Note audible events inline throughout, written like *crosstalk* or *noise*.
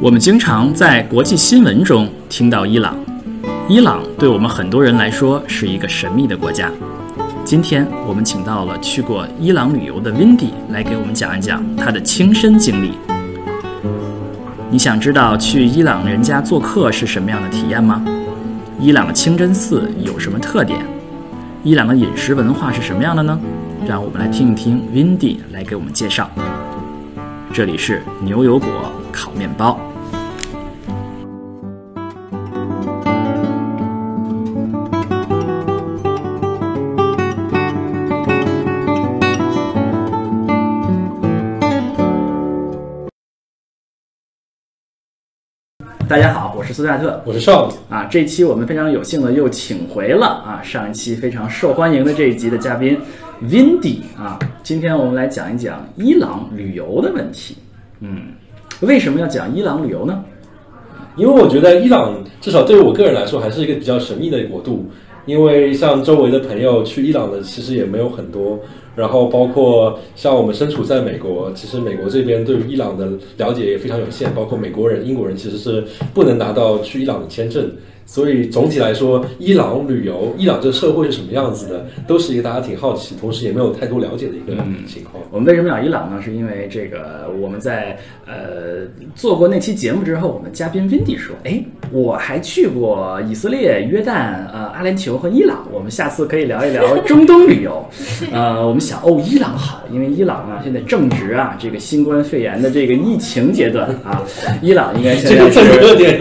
我们经常在国际新闻中听到伊朗，伊朗对我们很多人来说是一个神秘的国家。今天我们请到了去过伊朗旅游的 Windy 来给我们讲一讲她的亲身经历。你想知道去伊朗人家做客是什么样的体验吗？伊朗的清真寺有什么特点？伊朗的饮食文化是什么样的呢？让我们来听一听 Windy 来给我们介绍。这里是牛油果烤面包。大家好，我是苏亚特，我是少武，啊，这期我们非常有幸的又请回了啊上一期非常受欢迎的这一集的嘉宾 Windy 啊，今天我们来讲一讲伊朗旅游的问题。嗯，为什么要讲伊朗旅游呢？因为我觉得伊朗至少对于我个人来说还是一个比较神秘的国度，因为像周围的朋友去伊朗的其实也没有很多，然后包括像我们身处在美国，其实美国这边对于伊朗的了解也非常有限，包括美国人、英国人其实是不能拿到去伊朗的签证。所以总体来说，伊朗旅游、伊朗这个社会是什么样子的，都是一个大家挺好奇，同时也没有太多了解的一个情况。我们为什么要伊朗呢？是因为这个我们在呃做过那期节目之后，我们嘉宾 Vindy 说，哎，我还去过以色列、约旦、呃阿联酋和伊朗，我们下次可以聊一聊中东旅游。呃，我们想哦，伊朗好，因为伊朗啊现在正值啊这个新冠肺炎的这个疫情阶段啊，伊朗应该现在这个是蹭热点，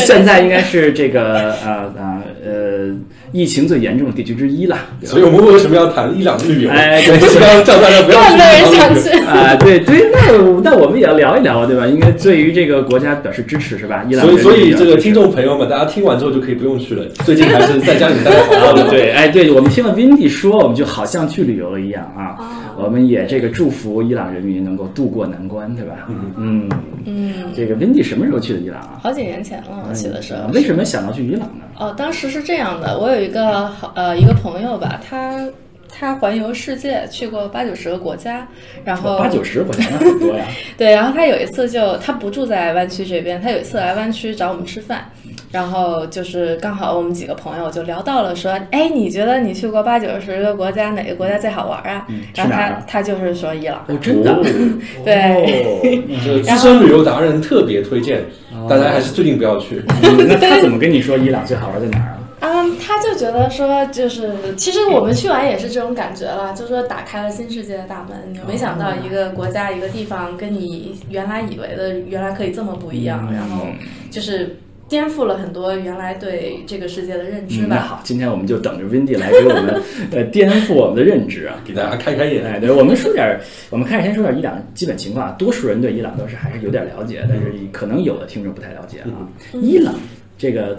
现在应该是这个呃呃呃疫情最严重的地区之一了。对吧所以我们为什么要谈伊朗的旅游？哎对不是要叫大家不要更去多人伊朗想旅游去。啊、对对，那那我们也要聊一聊，对吧？应该对于这个国家表示支持是吧？伊朗所以，所以人民表这 *laughs* 示个听众朋友们，大家听完之后就可以不用去了。最近还是在家里待着好好 *laughs* 的。对，哎，对我们听了 Vindy 说，我们就好像去旅游了一样啊。哦我们也这个祝福伊朗人民能够渡过难关，对吧？嗯，嗯，这个 Vindy 什么时候去的伊朗啊？哎好几年前了，我去的时候。为什么想到去伊朗呢？哦，当时是这样的，我有一个好呃一个朋友吧，他他环游世界，去过八九十个国家，然后八九十块钱很多 *laughs* 呀。对，然后他有一次就他不住在湾区这边，他有一次来湾区找我们吃饭，然后就是刚好我们几个朋友就聊到了说，哎，你觉得你去过八九十个国家，哪个国家最好玩啊？然去后哪他儿啊他就是说伊朗，哦，真的？ *laughs* 对哦。这个资深旅游达人特别推荐，大家还是最近不要去。哦那他怎么跟你说伊朗最好玩在哪儿啊？嗯，他就觉得说，就是其实我们去完也是这种感觉了，就是说打开了新世界的大门。你没想到一个国家、一个地方跟你原来以为的原来可以这么不一样，然后就是颠覆了很多原来对这个世界的认知嗯那吧。好，今天我们就等着 Windy 来给我们呃颠覆我们的认知啊。给大家开开眼，哎，对，我们说点儿，我们开始先说点儿伊朗基本情况啊。多数人对伊朗都是还是有点了解，但是可能有的听众不太了解啊。伊朗这个，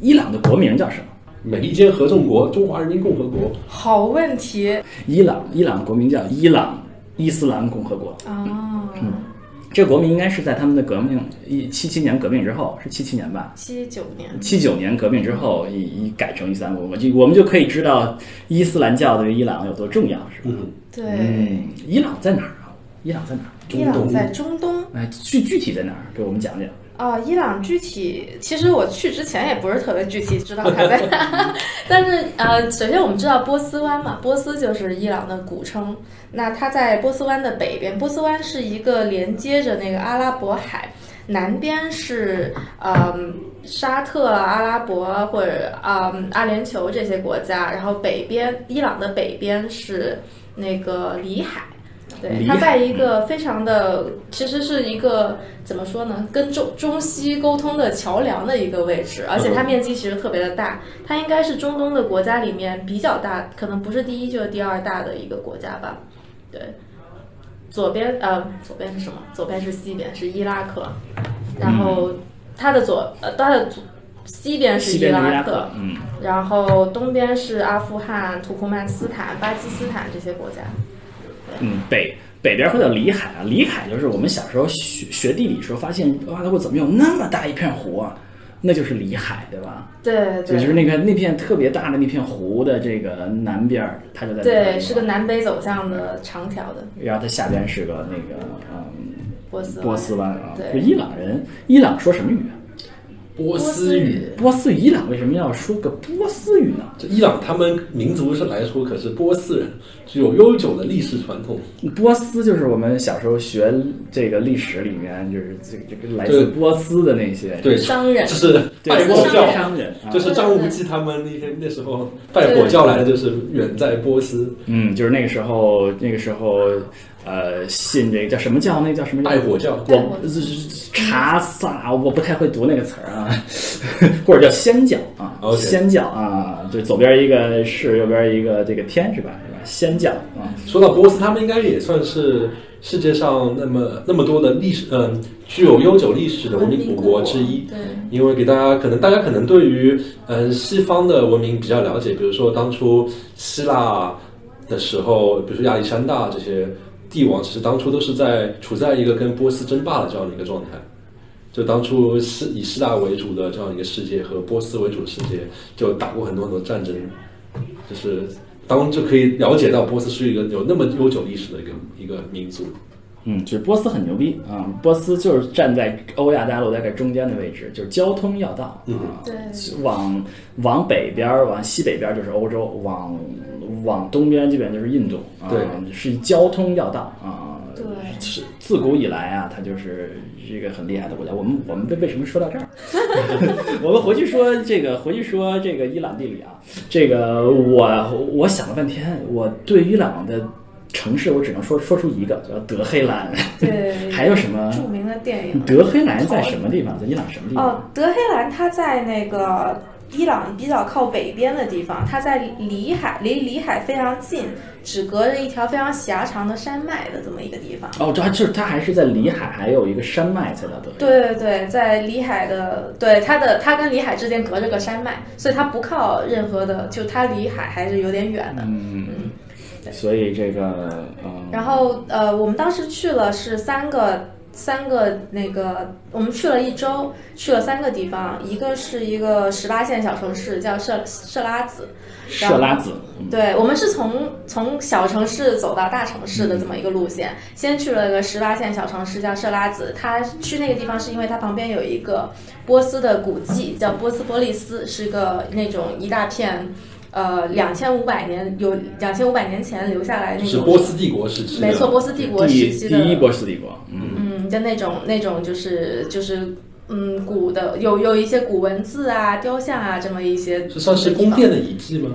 伊朗的国名叫什么？美利坚合众国，中华人民共和国。好问题伊朗，伊朗国名叫伊朗伊斯兰共和国。啊！这个国名应该是在他们的革命一七七年革命之后，是七七年吧？七九年，七九年革命之后，已已改成伊斯兰共和国，就我们就可以知道伊斯兰教对于伊朗有多重要，是吧？嗯，对，嗯，伊朗在哪儿啊？伊朗在哪儿？伊中朗东在中东。哎，具具体在哪儿？给我们讲讲。啊、伊朗具体，其实我去之前也不是特别具体知道它在 *laughs* 哪，但是呃，首先我们知道波斯湾嘛，波斯就是伊朗的古称。那它在波斯湾的北边，波斯湾是一个连接着那个阿拉伯海，南边是呃沙特、啊阿拉伯或者啊、呃阿联酋这些国家，然后北边伊朗的北边是那个里海。对，里它海嗯在一个非常的，其实是一个怎么说呢，跟中中西沟通的桥梁的一个位置，嗯而且它面积其实特别的大，它应该是中东的国家里面比较大，可能不是第一就是第二大的一个国家吧。对，左边呃，左边是什么？左边是西边，是伊拉克，然后它的左呃，它的左西边是西伊边的伊拉拉克克，，嗯，然后东边是阿富汗、土库曼斯坦、巴基斯坦这些国家。嗯，北北边会叫里海啊，里海就是我们小时候学学地理时候发现，哇，它会怎么有那么大一片湖啊？那就是里海，对吧？对就对是那个那片特别大的那片湖的这个南边儿，它就在对，是个南，南北走向的长条的。然后它下边是个那个嗯波斯湾波斯湾啊，对就伊朗人，伊朗说什么语啊？波斯语，波斯语，伊朗为什么要说个波斯语呢？这伊朗他们民族是来说可是波斯人，具有悠久的历史传统。波斯就是我们小时候学这个历史里面，就是这个这个来自对波斯的那些对，商人这是对拜波火斯教，商人，啊就是张无忌他们那天那时候拜火教来的，就是远在波斯嗯，就是那个时候，那个时候，呃，信这个叫什么教？那个叫什么教？拜火教。拜火我查萨，啊我不太会读那个词儿啊， *laughs* 或者叫仙教啊 OK 仙教啊，就左边一个是，右边一个这个天是吧？是吧？仙教啊，说到波斯，他们应该也算是世界上那么那么多的历史，嗯，具有悠久历史的文明古国之一。对，因为给大家可能大家可能对于嗯西方的文明比较了解，比如说当初希腊的时候，比如说亚历山大这些帝王，其实当初都是在处在一个跟波斯争霸的这样的一个状态。就当初是以希腊为主的这样一个世界和波斯为主的世界，就打过很多很多战争，就是当就可以了解到波斯是一个有那么悠久历史的一个一个民族。嗯，就是波斯很牛逼啊，波斯就是站在欧亚大陆大概中间的位置，就是交通要道嗯啊，对往往北边儿，往西北边儿就是欧洲，往往东边基本就是印度，啊、对，是交通要道啊，对是自古以来啊，它就是一个很厉害的国家。我们我们为为什么说到这 *laughs* 儿？我们回去说这个，回去说这个伊朗地理啊，这个我我想了半天，我对伊朗的城市我只能说说出一个，叫德黑兰。对还有什么？著名的电影德黑兰在什么地方？在伊朗什么地哦方？，德黑兰它在那个伊朗比较靠北边的地方，它在里海，离里海非常近，只隔着一条非常狭长的山脉的这么一个地方。哦，这还就是它还是在里海，还有一个山脉才叫德黑兰。对对对，在里海的，对它的，它跟里海之间隔着个山脉，所以它不靠任何的，就它离海还是有点远的。嗯，所以这个嗯，然后呃，我们当时去了是三个三个那个，我们去了一周，去了三个地方，一个是一个十八线小城市叫设设拉子，然后设拉子，嗯对我们是从从小城市走到大城市的嗯这么一个路线，先去了个十八线小城市叫设拉子，它去那个地方是因为它旁边有一个波斯的古迹叫波斯波利斯，是个那种一大片。呃，两千五百年有两千五百年前留下来那种是波斯帝国时期的，没错，波斯帝国第时一期第一的，波斯帝国，嗯，嗯，的那种那种就是就是嗯古的有有一些古文字啊、雕像啊这么一些，这算是宫殿的遗迹吗？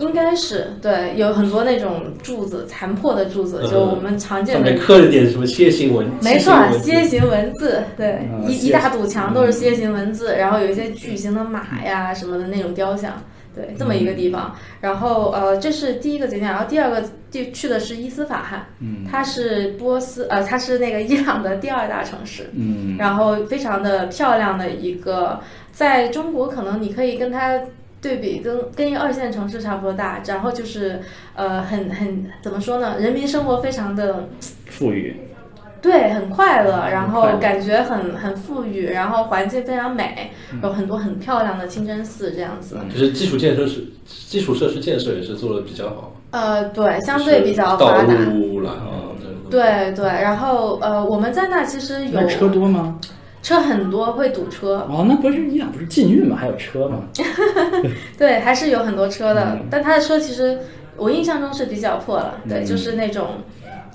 应该是对，有很多那种柱子残破的柱子，嗯就我们常见上的面。刻了点什么楔形文，没错，楔形楔文字形文字，对，嗯楔嗯一形一大堵墙都是楔形文字，然后有一些巨型的马呀什么的那种雕像，对，这么一个嗯地方。然后呃，这是第一个景点，然后第二个地去的是伊斯法罕，嗯它是波斯呃，它是那个伊朗的第二大城市，嗯，然后非常的漂亮的一个，在中国可能你可以跟它对比，跟跟一个二线城市差不多大，然后就是呃很很怎么说呢，人民生活非常的富裕，对，很快乐，然快后乐感觉很很富裕，然后环境非常美，有很多很漂亮的清真寺这样子。就是基础建设是基础设施建设也是做的比较好，呃，对，相对比较道发达。路啦，啊，对，对对，然后呃，我们在那其实有那车多吗？车很多，会堵车，哦，那不是伊朗不是禁运吗？还有车吗？对，还是有很多车的，但他的车其实我印象中是比较破了，对，就是那种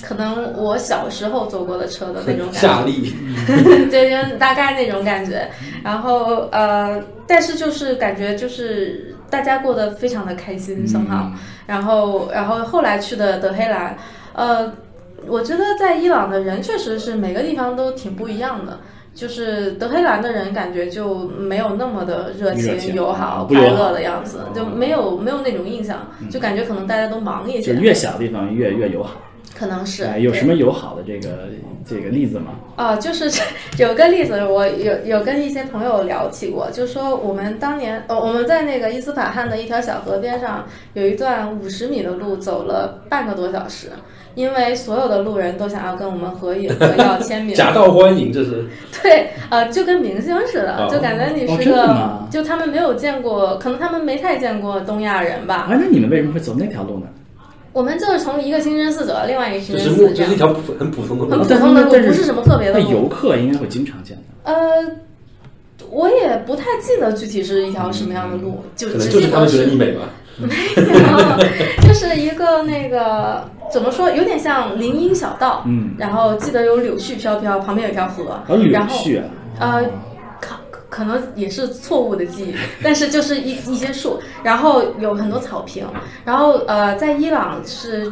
可能我小时候坐过的车的那种感夏觉，利对， *laughs* 就是大概那种感觉。嗯然后呃，但是就是感觉就是大家过得非常的开嗯心，很好。然后然后后来去的德黑兰，呃，我觉得在伊朗的人确实是每个地方都挺不一样的。就是德黑兰的人感觉就没有那么的热热情嗯情、友好、不快友好嗯乐的样子，就没有没有那种印象，就感觉可能大家都忙一就些，越小的地方越越友好，可能嗯是哎，有对什么友好的这个这个例子吗？啊，就是这有个例子，我有有跟一些朋友聊起过，就说我们当年，呃，我们在那个伊斯法罕的一条小河边上，有一段五十米的路，走了半个多小时，因为所有的路人都想要跟我们合影和要签名，假道欢迎，这是对，呃，就跟明星似的哦，就感觉你哦是真的个，吗就他们没有见过，可能他们没太见过东亚人吧，哎啊，那你们为什么会走那条路呢？我们就是从一个清真寺走到另外一个清就真是寺，木，这就样是一条普很普通的很 *laughs* 路普。但通的路，但是不是什么特别的那游路。客应该会经常见到。呃，我也不太记得具体是一条什么样的路，就嗯可只能就记是他们得觉得你是美吧， *laughs* 就是一个那个怎么说，有点像林荫小道。嗯，然后记得有柳絮飘飘，旁边有一条河，哦而柳然后絮啊，呃，可可能也是错误的记忆，但是就是一一些树，然后有很多草坪，然后呃，在伊朗是。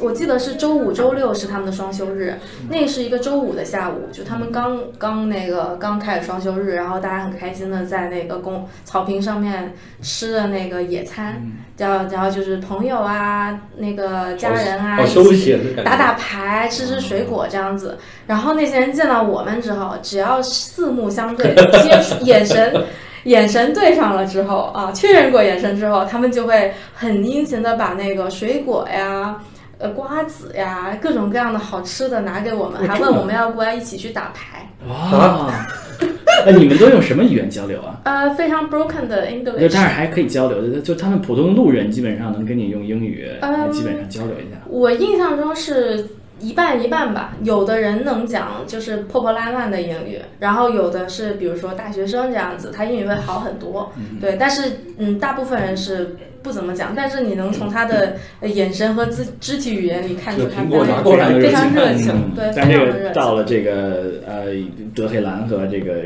我记得是周五、周六是他们的双休日，那是一个周五的下午，就他们刚刚那个刚开始双休日，然后大家很开心的在那个公草坪上面吃的那个野餐，嗯然后然后就是朋友啊，那个家人啊，好哦一休起闲的感觉。打打牌、吃吃水果这样子。然后那些人见到我们之后，只要四目相对，接触 *laughs* 眼神。眼神对上了之后啊，确认过眼神之后，他们就会很殷勤的把那个水果呀、呃瓜子呀、各种各样的好吃的拿给我哦们，还这问么我们要不要一起去打牌。 *laughs* 哇，那你们都用什么语言交流啊？呃，非常 broken 的就 English 但。是还可以交流，就他们普通路人基本上能跟你用英语，嗯基本上交流一下。我印象中是一半一半吧，有的人能讲就是破破烂烂的英语，然后有的是比如说大学生这样子，他英语会好很多，对，但是嗯，大部分人是。不怎么讲，但是你能从他的呃眼神和肢肢体语言里看出就他苹果非常拿过来的非热常情热情，嗯对，非但常这的个热到情。了这个呃德黑兰和这个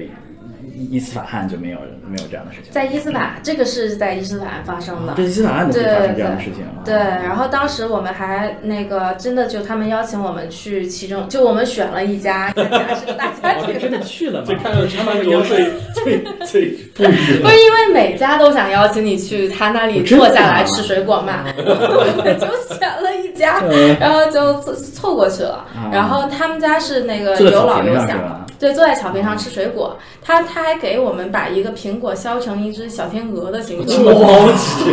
伊伊斯法罕就没有没有这样的事情。在伊斯法，这个是在伊斯法发生的，啊这伊斯法罕怎么会发生这样的事情啊？对，然后当时我们还那个真的就他们邀请我们去其中，就我们选了一家，看起来是个大家哦， *laughs* 庭你，真的去了吗这？看上去他们穿有着最 *laughs* 最最 *laughs* 不一不样。是因为每家都想邀请你去他那里坐下来吃水果嘛， *laughs* 我们就选了一家，呃然后就凑凑过去了。啊然后他们家是那个坐在有草老坪有上是小，吧？对，坐在草坪上吃水果。他他还给我们把一个苹果削成一只小天鹅的形状。高级，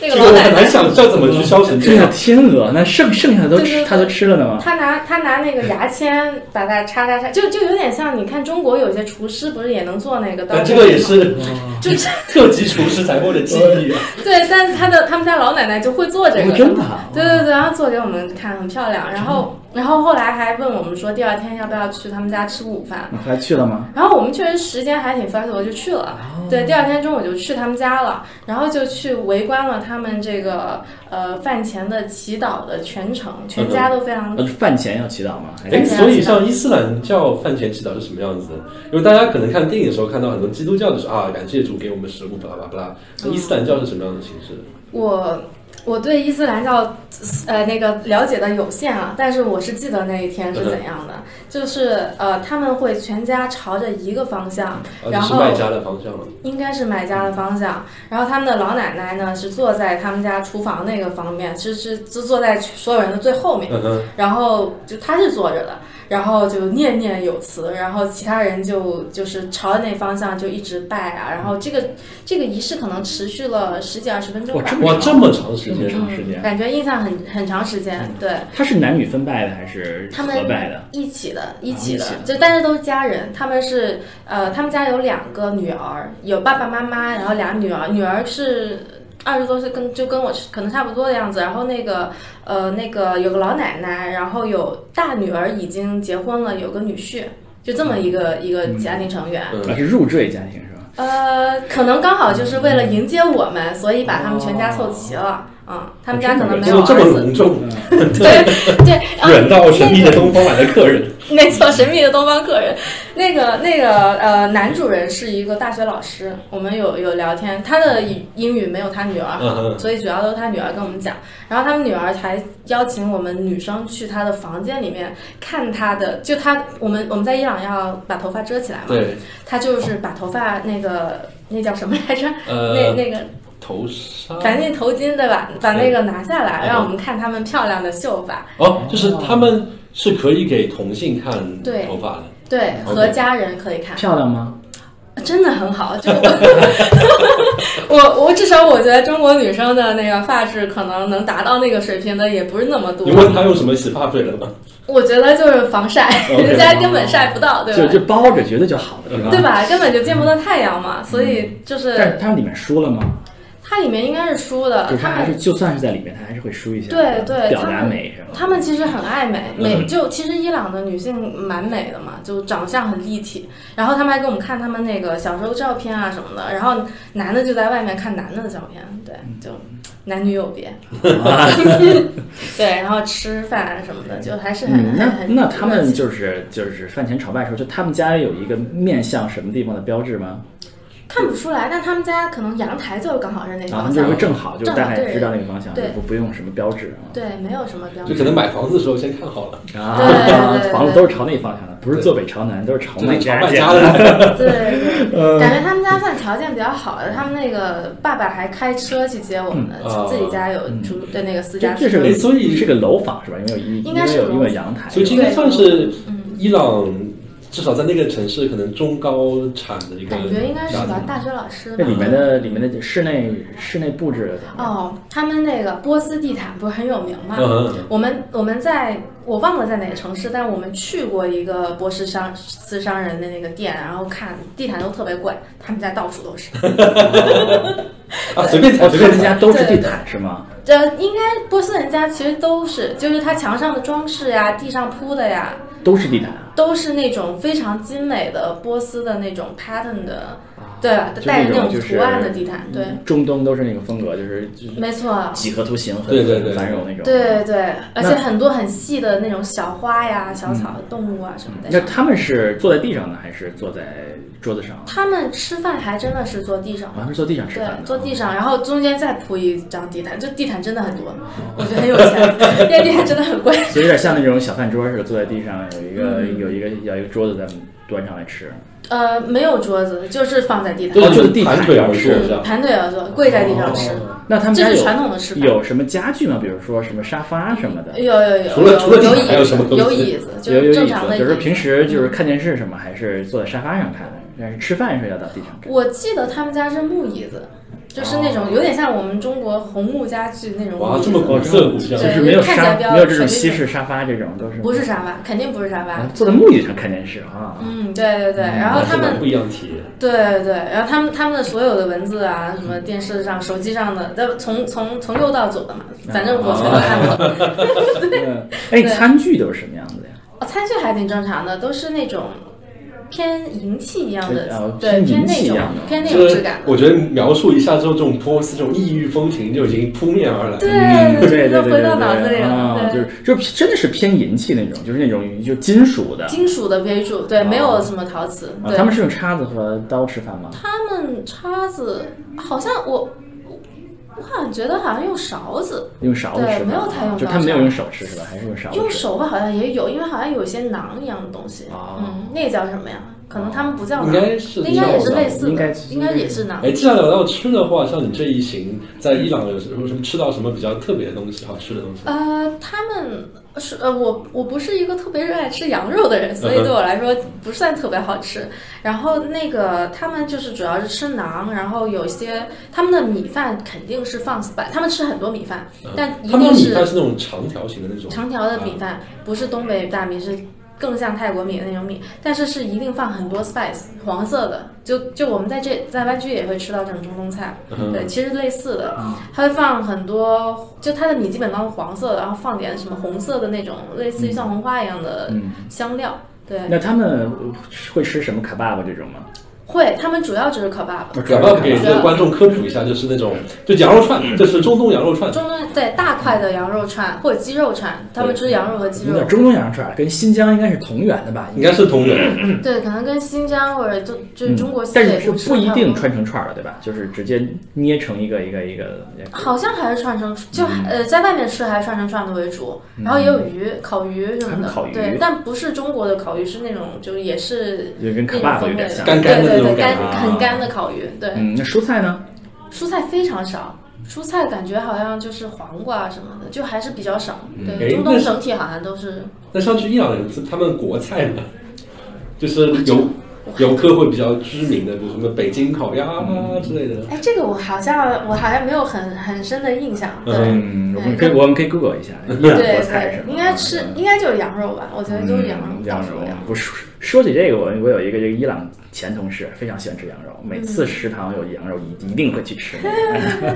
那这个个老我奶很难奶，想象怎么去消成这对呀样，。天鹅那剩剩下的都对对吃，对他都吃了的吗？他拿他拿那个牙签把它叉叉叉，就就有点像你看中国有些厨师不是也能做那个刀但啊工吗？这个也是就是特级厨师才会的技艺啊！ *laughs* 对，但他的他们家老奶奶就会做这个。哦真的啊对对对，然后做给我们看，很漂亮。然后，然后后来还问我们说，第二天要不要去他们家吃午饭？你后来去了吗？然后我们确实时间还挺 flexible，就去了。哦对，第二天中午就去他们家了，然后就去围观了他们这个呃饭前的祈祷的全程，全家都非常呃，饭前要祈祷吗？还哎，是对啊所以像伊斯兰教饭前祈祷是什么样子的？因为大家可能看电影的时候看到很多基督教就是啊，感谢主给我们食物，巴拉巴拉巴拉。那伊斯兰教是什么样的形式？我我对伊斯兰教呃那个了解的有限啊，但是我是记得那一天是嗯怎样的，就是呃他们会全家朝着一个方向，啊，然就是后卖家的方向了。应该是买家的方向，然后他们的老奶奶呢是坐在他们家厨房那个方面，是是是坐在所有人的最后面，嗯哼，然后就她是坐着的，然后就念念有词，然后其他人就就是朝着那方向就一直拜啊，然后这个这个仪式可能持续了十几二十分钟哇吧这。哇，这么长时这么间，长时间？感觉印象很很长时间，对他是男女分拜的还是他合们拜的？一起的，一起的一起，的就但是都是家人，他们是呃，他们家有两个女儿，有爸爸妈妈，然后俩女儿，女儿是二十多岁，跟就跟我可能差不多的样子，然后那个呃那个有个老奶奶，然后有大女儿已经结婚了，有个女婿，就这么一个、一个家庭成员，啊，是入赘家庭是吧？呃，可能刚好就是为了迎接我们，所以把他们全家凑齐了。嗯，他们家可能没这有么儿这么 *laughs* 子，隆重，对对，啊远到神秘的东方来的客人， *laughs* 没错，神秘的东方客人。那个那个呃，男主人是一个大学老师，我们有有聊天，他的语英语没有他女儿好，嗯嗯所以主要都是他女儿跟我们讲。然后他们女儿还邀请我们女生去他的房间里面看他的，就他我们我们在伊朗要把头发遮起来嘛，对，他就是把头发那个那叫什么来着？那呃，那个头纱，咱那头巾对吧？把那个拿下来，嗯让我们看他们漂亮的秀发。哦，就是他们是可以给同性看对头发的，对， OK 和家人可以看。漂亮吗？真的很好，就我我 *laughs* 我至少我觉得中国女生的那个发质可能能达到那个水平的也不是那么多你。问他用什么洗发水了吗？我觉得就是防晒， OK 人家根本晒不到，对就就吧？包着，绝对就好了，是吧？对吧？根本就见不到太阳嘛，所以就但是是它里面说了吗？它里面应该是输的就，是他他还们是就算是在里面，他还是会输一些，对对表他达们美是吧？他们其实很爱美，美就其实伊朗的女性蛮美的嘛，就长相很立体。然后他们还给我们看他们那个小时候照片啊什么的，然后男的就在外面看男的的照片，对，就男女有别。对，然后吃饭什么的，就还是很、嗯，很那很那他们很就是就是饭前炒饭的时候，就他们家有一个面向什么地方的标志吗？看不出来，但他们家可能阳台就刚好是那然后他方啊们就向会。正好就正好大概对知道那个方向，就对不不用什么标志啊。对，没有什么标就准。可能买房子的时候先看好了，啊对对，房子都是朝那方向的，不是坐北朝南，都是朝卖就炒家卖建家的。 *laughs* 对，呃对，感觉他们家算条件比较好的，他们那个爸爸还开车去接我们的，嗯自己家有住对那个私家这这车，是哎个所以是个楼房是吧？因为有一应因该为是有因楼为房阳台，所以这应个该算是嗯伊朗，至少在那个城市可能中高产的一个家感庭，觉应该是吧，大学老师吧那里面的里面的室内室内布置的怎么样嗯哦，他们那个波斯地毯不是很有名吗？嗯我们我们在我忘了在哪个城市，但是我们去过一个波斯商斯商人的那个店，然后看地毯都特别贵，他们家到处 *laughs* 都是。 *laughs* 嗯 *laughs* 啊，随便踩哦，随所以便人家踩。都是地毯是吗？这应该波斯人家其实都是，就是他墙上的装饰呀，地上铺的呀，都是地毯啊，都是那种非常精美的波斯的那种 pattern 的，对吧啊就？带着那那种种就是嗯图案的地毯，对，中东都是那个风格，就是就是没错，几何图形很对对很对繁荣那种。对对，而那嗯且很多很细的那种小花呀、小草、动物啊什么的。那他们是坐在地上呢，还是坐在桌子上啊？他们吃饭还真的是坐地上好，啊像是坐地上吃对饭的，，坐地上，然后中间再铺一张地毯，就地毯真的很哦多，我觉得很有钱，因为地毯真的很贵。所以有点像那种小饭桌似的，坐在地上有一个有一个有一个桌子，咱们端上来吃。呃，没有桌子，就是放在地毯对，哦就就是是地毯盘腿而坐这嗯，样。盘腿而坐，跪在地上吃，那他们家这是有传统的吃法。有什么家具吗？比如说什么沙发什么的，有有有，除了有除了地有毯还有什么椅东子，西有椅子，就有有椅是子正常，的椅就子。嗯是平时就是看电视什么，还是坐在沙发上看，但是吃饭是要到地上看。我记得他们家是木椅子，就是那种有点像我们中国红木家具那种。哇，这么古色古香就对，是没有看起来沙比较没有这种传西统式沙发，这种都是不是沙发，肯定不是沙啊发。坐在木椅上看电视啊。嗯，对对对，然后还他是蛮们不一样的体验。对对对，然后他们他们的所有的文字啊，什么电视上、手机上的，都从从从右到左的嘛，反正我全都看过。嗯哎，餐具都是什么样子呀？哦，餐具还挺正常的，都是那种偏银器一样的对哦，对，偏偏银器那一种样的偏那就种是质感的。我觉得描述一下之后，这种波斯这种异域风情就已经扑面而来。嗯对对对，对 *laughs* 就对回到脑子里啊了。就对，是就是真的是偏银器那种，就是那种就金属的。金属的为主，对，没有什么陶瓷。哦啊，对，他们是用叉子和刀吃饭吗？他们叉子好像我，我好像觉得好像用勺子，用勺子吃对吗？没有太用就刀他们没有叉用手吃是吧？还是用勺子吃？用手吧好像也有，因为好像有一些馕一样的东西，哦嗯，那叫什么呀？可能他们不叫应馕，该是那应该也是类似的，应应该该是也是馕。哎，既然聊到吃的话，像你这一行在伊朗有什么什么吃到什么比较特别的东西，好吃的东西？呃，他们是呃，我我不是一个特别热爱吃羊肉的人，嗯所以对我来说不算特别好吃。然后那个他们就是主要是吃馕，然后有些他们的米饭肯定是放 spice，他们吃很多米饭，但一嗯他们的定米是饭是嗯那种长条形的那种，长条的米饭，不是东北大米，是更像泰国米的那种米，但是是一定放很多 spice，黄色的，就就我们在这在湾区也会吃到这种中东菜，嗯对，其实类似的，嗯它会放很多，就它的米基本都是黄色的，然后放点什么红色的那种类似于像红花一样的嗯香料，对，那他们会吃什么卡巴巴这种吗？会，他们主要就是 kebab，不吃然后卡哦给巴这个观众科普一下，就是那种就羊肉嗯串，就是中东羊肉串，中东对大块的羊肉串或者鸡肉串，他们吃羊肉和鸡肉那，中东羊肉串跟新疆应该是同源的吧？应该是同源。对，可能跟新疆或者就就嗯中国西但北是部吃不一的定差多穿成串儿了，对吧？就是直接捏成一个一个一个。好像还是串成就、嗯呃，在外面吃还是串成串的为主，然后也有鱼，烤鱼什么还有的，嗯烤鱼对，但不是中国的烤鱼，是那种就是也是就跟那卡种巴巴有风味点像。干干的对那对种对，干感觉啊很干的烤鱼，对，嗯，那蔬菜呢？蔬菜非常少。蔬菜感觉好像就是黄瓜啊什么的，就还是比较少。哎嗯对，中那东是整体好像都是那像去伊朗人，他们国菜呢，就是有我游客会比较知名的，比如什么北京烤鸭啊之类的。哎，这个我好像我好像没有很很深的印象，对。嗯，嗯我们可以我们可以 Google 一下，伊对朗国菜是对什，么？应该吃，应该就是羊肉吧？我觉得就是羊肉嗯，到羊处肉都羊。不说说起这个，我我有一个这个伊朗前同事非常喜欢吃羊肉，每嗯次食堂有羊肉一一定会去 *laughs* 吃。肉。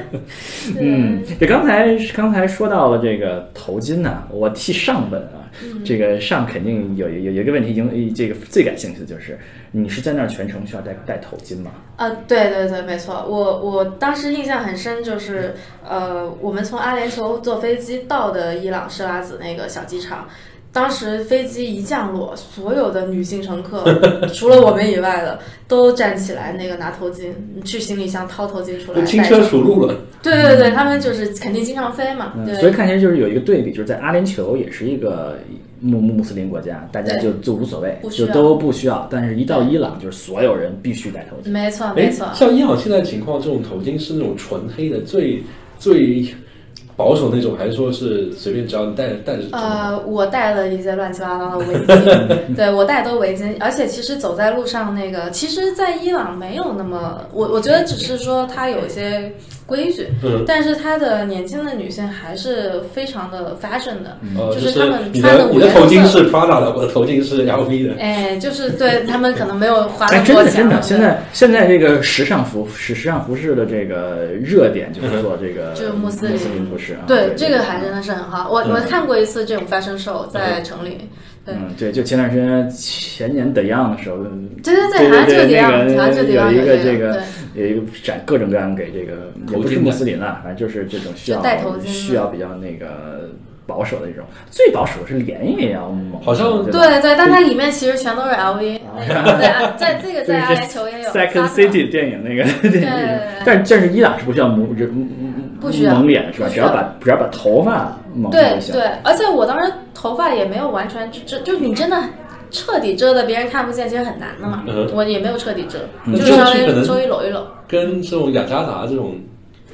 嗯，这刚才刚才说到了这个头巾呢、我替上问啊，嗯这个上肯定有有有一个问题，已经这个最感兴趣的就是，你是在那儿全程需要戴戴头巾吗？啊，对对对，没错，我我当时印象很深，就是呃，我们从阿联酋坐飞机到的伊朗设拉子那个小机场，当时飞机一降落，所有的女性乘客除了我们以外的都站起来，那个拿头巾去行李箱掏头巾出来就轻戴车着。熟路了，对对对，他们就是肯定经常飞嘛，嗯，对。所以看起来就是有一个对比，就是在阿联酋也是一个穆穆穆斯林国家，大家就就无所谓不，需就要都不需要，但是一到伊朗，就是所有人必须戴头巾。没错，哎嗯没错，，像伊朗现在情况，这种头巾是那种纯黑的，最最保守那种，还是说是随便只要你戴着戴着就好？呃，我戴了一些乱七八糟的围 *laughs* 巾，对我戴都围巾，而且其实走在路上那个，其实，在伊朗没有那么，我我觉得只是说它有一些规矩，嗯但是它的年轻的女性还是非常的 fashion 的，呃，就就是他们你穿的的你的五颜头巾六色是 Prada 的，我的头巾是 LV 的。哎，就是对他们可能没有花嗯哎，真那么多的钱真啊了的，，现在现在这个时尚服时时尚服饰的这个热点就是做这个 *laughs* 就是穆斯林林服饰啊。对这个还真的是很好，我我嗯看过一次这种 fashion show 在城里，对嗯，对，就前段时间前年德阳的时候，对对对对好像就对这样，那个好像就这样，有一个这这个对有一个展各种各样给这个也不是穆斯林啊，反正就是这种需要就戴头巾需要比较那个保守的一种，最保守的是连也要猛，好像对吧对对，但它里面其实全都是 LV，对啊，在这个在阿联酋也有 *laughs* Second City 电影那个电影里对对面对，但但是伊朗是不需要蒙人不需要蒙脸是吧？不只需要要把只要把头发蒙上对就行。对，而且我当时头发也没有完全遮，遮，就是你真的彻底遮的别人看不见，其实很难的嘛。嗯我也没有彻底遮，嗯就是稍微这种是可能稍微搂一搂。跟这种雅加达这种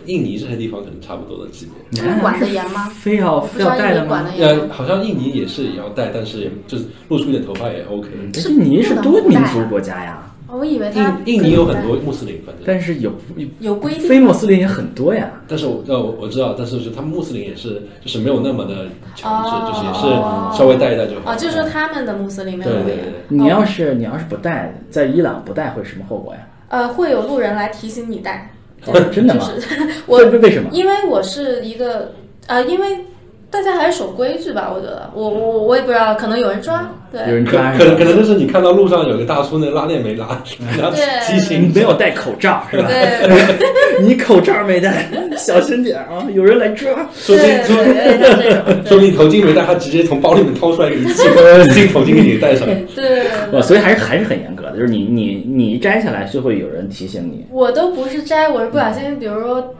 印尼这些地方可能差不多的级别。 *laughs* 你看管得严 *laughs* 吗？非要我哦不非知要道戴印的尼管吗得？严呃，吗？好像印尼也是也要戴，但是也就是露出一点头发也 OK。是印尼是多民不族戴啊国家呀，我以为它印印尼有很多穆斯林，反正，但是有有规定非穆斯林也很多呀。但是我呃我我知道，但是就是他们穆斯林也是就是没有那么的强制，哦就是也是稍微戴一戴就好。啊，就是说他们的穆斯林没有对规对定对。你哦要是你要是不戴，在伊朗不戴会什么后果呀？呃，会有路人来提醒你戴。哦真的吗？ *laughs* 我为为什么？因为我是一个呃，因为大家还是守规矩吧，我觉得，我我我也不知道，可能有人抓，有对人可抓可能是吧？可能就是你看到路上有个大叔那拉链没 *laughs* 拉，然后畸对形你没有戴口罩是吧？对你口罩没戴，小心点啊！有人来抓。说不定 *laughs* 对说对对，像这种，说不定头巾没戴，他直接从包里面掏出来一个新新头巾给你戴上。对对哇，对。所以还是还是很严格的，就是你你你一摘下来就会有人提醒你。我都不是摘，我是不小心，比如说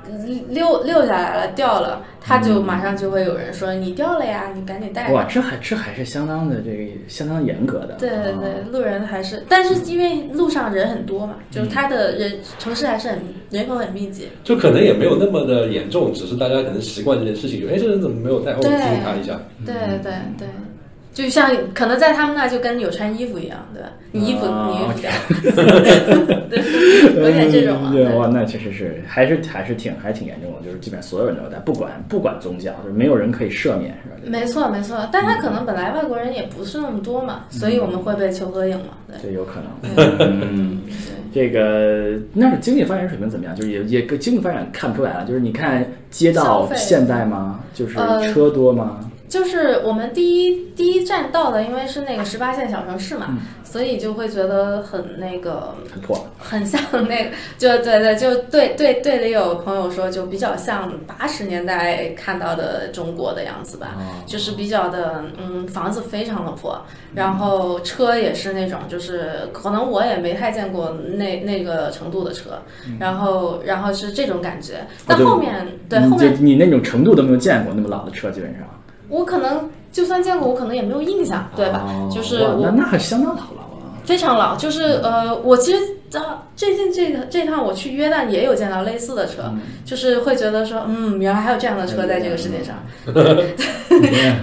溜溜下来了，掉了，他就马上就会有人说你掉了呀，你赶紧戴。哇，这还这还是相当的这个相当严格的。对对啊对，路人还是，但是因为路上人很多嘛，就是他的人城市还是很人口很密集。就可能也没有那么的严重，只是大家可能习惯这件事情，就哎，这人怎么没有戴？哦我提对醒他一下。对对对，就像可能在他们那就跟有穿衣服一样，对吧？你衣服、啊你衣服掉了， *laughs* 对，有点这种啊。对对哇，那确实是，还是还是挺还是挺严重的，就是基本上所有人都有戴，不管不管宗教，就是没有人可以赦免，是吧？没错没错，但他可能本来外国人也不是那么多嘛，所以我们会被求合影嘛，对。这有可能。嗯，这个那是经济发展水平怎么样？就是也也经济发展看不出来了，就是你看街消道费现代吗？就是呃车多吗？就是我们第一第一站到的，因为是那个十八线小城市嘛，所以就会觉得很那个很破。很像那个，就对对，就对对对里有朋友说，就比较像八十年代看到的中国的样子吧，就是比较的，嗯，房子非常的破，然后车也是那种，就是可能我也没太见过那那个程度的车，然后然后是这种感觉，但对后面对你后就面你那种程度都没有见过，那么老的车基本上，我可能就算见过，我可能也没有印象，对吧？哦就是哇那我那还相当老了啊。非常老，就是呃，我其实啊，最近这个这趟我去约旦也有见到类似的车，就是会觉得说，嗯，原来还有这样的车在这个世界上。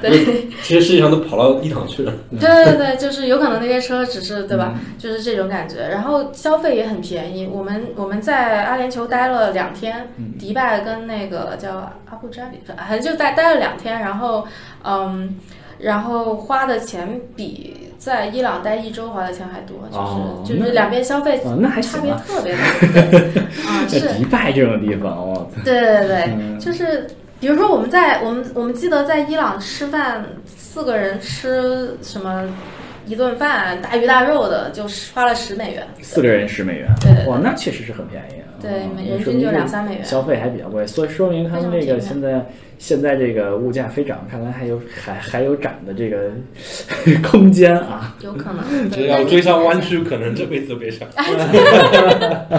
对其实世界上都跑到伊朗去了。对对对，就是有可能那些车只是对吧，就是这种感觉。然后消费也很便宜，我们我们在阿联酋待了两天，迪拜跟那个叫阿布扎比，反正就待待了两天，然后嗯。然后花的钱比在伊朗待一周花的钱还多，就是、哦就是两边消费哦那还差行嗯别啊特别大。对 *laughs* 啊，在是，迪拜这种地方，我操，对对嗯对，就是比如说我们在我们我们记得在伊朗吃饭，四个人吃什么一顿饭大鱼大肉的，就是花了十美元。四个人十美元对对，对哇，那确实是很便宜啊。对哦每人说均就明这两三美元消费还比较贵，所以说明他们这个非常现在现在这个物价飞涨，看来还有还还有涨的这个 *laughs* 空间啊。有 *laughs* 可能，只对，要 *laughs* 追上湾区，可能这辈子都别想。那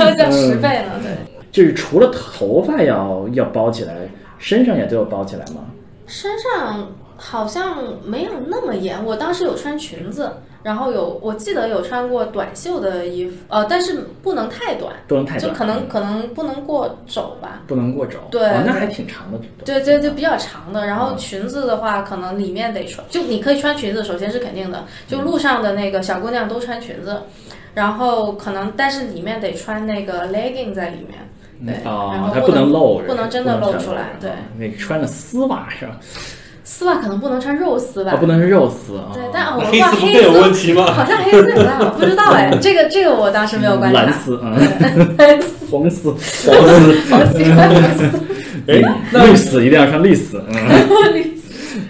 嗯叫十倍呢，对。就是除了头发要要包起来，身上也都要包起来吗？身上好像没有那么严，我当时有穿裙子，然后有我记得有穿过短袖的衣服，呃，但是不能太短，不能太短，嗯就可能可能不能过肘吧。不能过肘。对哦那还挺长的。对对，就比较长的，然后裙子的话，可能里面得穿，就你可以穿裙子，首先是肯定的，就路上的那个小姑娘都穿裙子，然后可能但是里面得穿那个 legging 在里面，对，然哦后，它不能露嗯着，不能真的露全哦出来，对，那个穿着丝袜是吧？丝袜可能不能穿肉丝袜啊，，不能是肉丝啊。对，*laughs* 但我黑画丝不黑更有丝问题吗？ *laughs* 好像黑丝有辣，我不知道哎，这个这个我当时没有观察。 *laughs* 蓝丝啊，蓝 *laughs* 红丝、黄丝，好奇怪，哎，那绿丝一定要穿绿丝。嗯，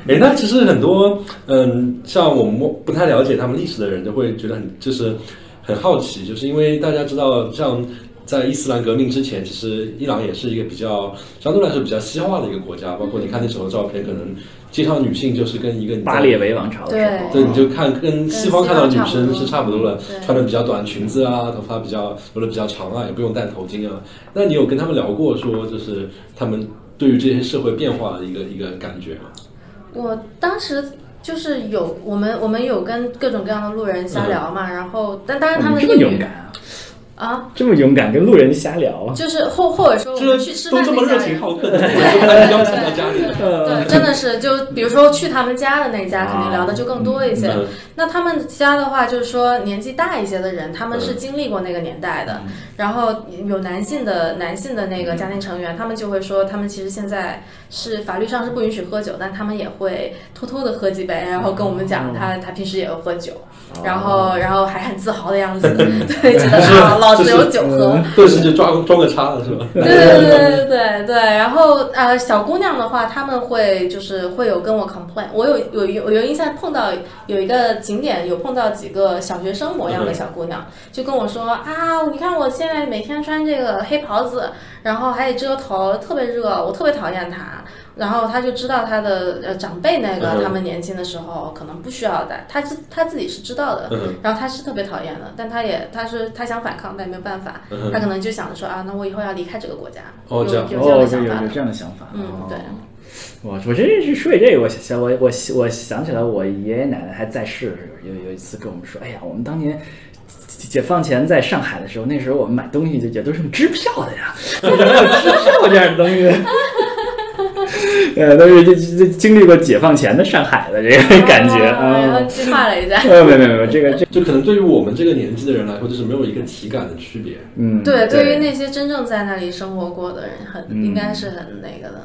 哎，那其实很多嗯，像我们不太了解他们历史的人，就会觉得很就是很好奇，就是因为大家知道，像在伊斯兰革命之前，其实伊朗也是一个比较相对来说比较西化的一个国家，包括你看那时候的照片，可能街上女性就是跟一个巴列维王朝的时候，对，你就看跟西方看到的女生是跟西方差差不不多多的，对穿的比较短裙子啊，头发比较留的比较长啊，也不用戴头巾啊。那你有跟他们聊过说，就是他们对于这些社会变化的一个一个感觉吗？我当时。就是有我们，我们有跟各种各样的路人瞎聊嘛，然后但当然嗯他哦们你英这么勇语敢啊，啊，这么勇敢跟路人瞎聊啊。就是或或者说我这们去吃都饭这么那热家情人，好客，怎么 *laughs* 就把你邀请到家里 *laughs* 来？呃对，真的是就比如说去他们家的那一家，肯定聊的就更多一些。嗯那他们家的话，就是说年纪大一些的人，他们是经历过那个年代的，嗯然后有男性的男性的那个家庭成员，他们就会说，他们其实现在是法律上是不允许喝酒，但他们也会偷偷的喝几杯，然后跟我们讲他、他平时也会喝酒，哦然后然后还很自豪的样子，对，觉得啊老子有酒喝。嗯顿时就抓装个叉了是吧？对对对对对对，然后呃，小姑娘的话，他们会就是会有跟我 complain，我有有有有印象碰到有一个景点有碰到几个小学生模样的小姑娘，就跟我说啊，你看我现在每天穿这个黑袍子，然后还得遮头，特别热，我特别讨厌它。然后她就知道她的呃长辈那嗯个他们年轻的时候可能不需要戴，她自她自己是知道的，嗯然后她是特别讨厌的，但她也她是她想反抗，但也没有办法，嗯她可能就想着说啊，那我以后要离开这个国家，哦有这样有这样的有想法有的，这样的想法，嗯哦对。我我真是说起这个，我想我我我想起来，我爷爷奶奶还在世的时候，有有一次跟我们说，哎呀，我们当年解解放前在上海的时候，那时候我们买东西就也都是用支票的呀， *laughs* 为什么要支票这样的东西？ *laughs* 呃，都是这这这经历过解放前的上海的这个 *laughs* 感觉啊然后啊。计划了一下，呃，没有没有没有，这个这就可能对于我们这个年纪的人来说，就是没有一个体感的区别。嗯，对，对对于那些真正在那里生活过的人，很嗯应该是很那个的，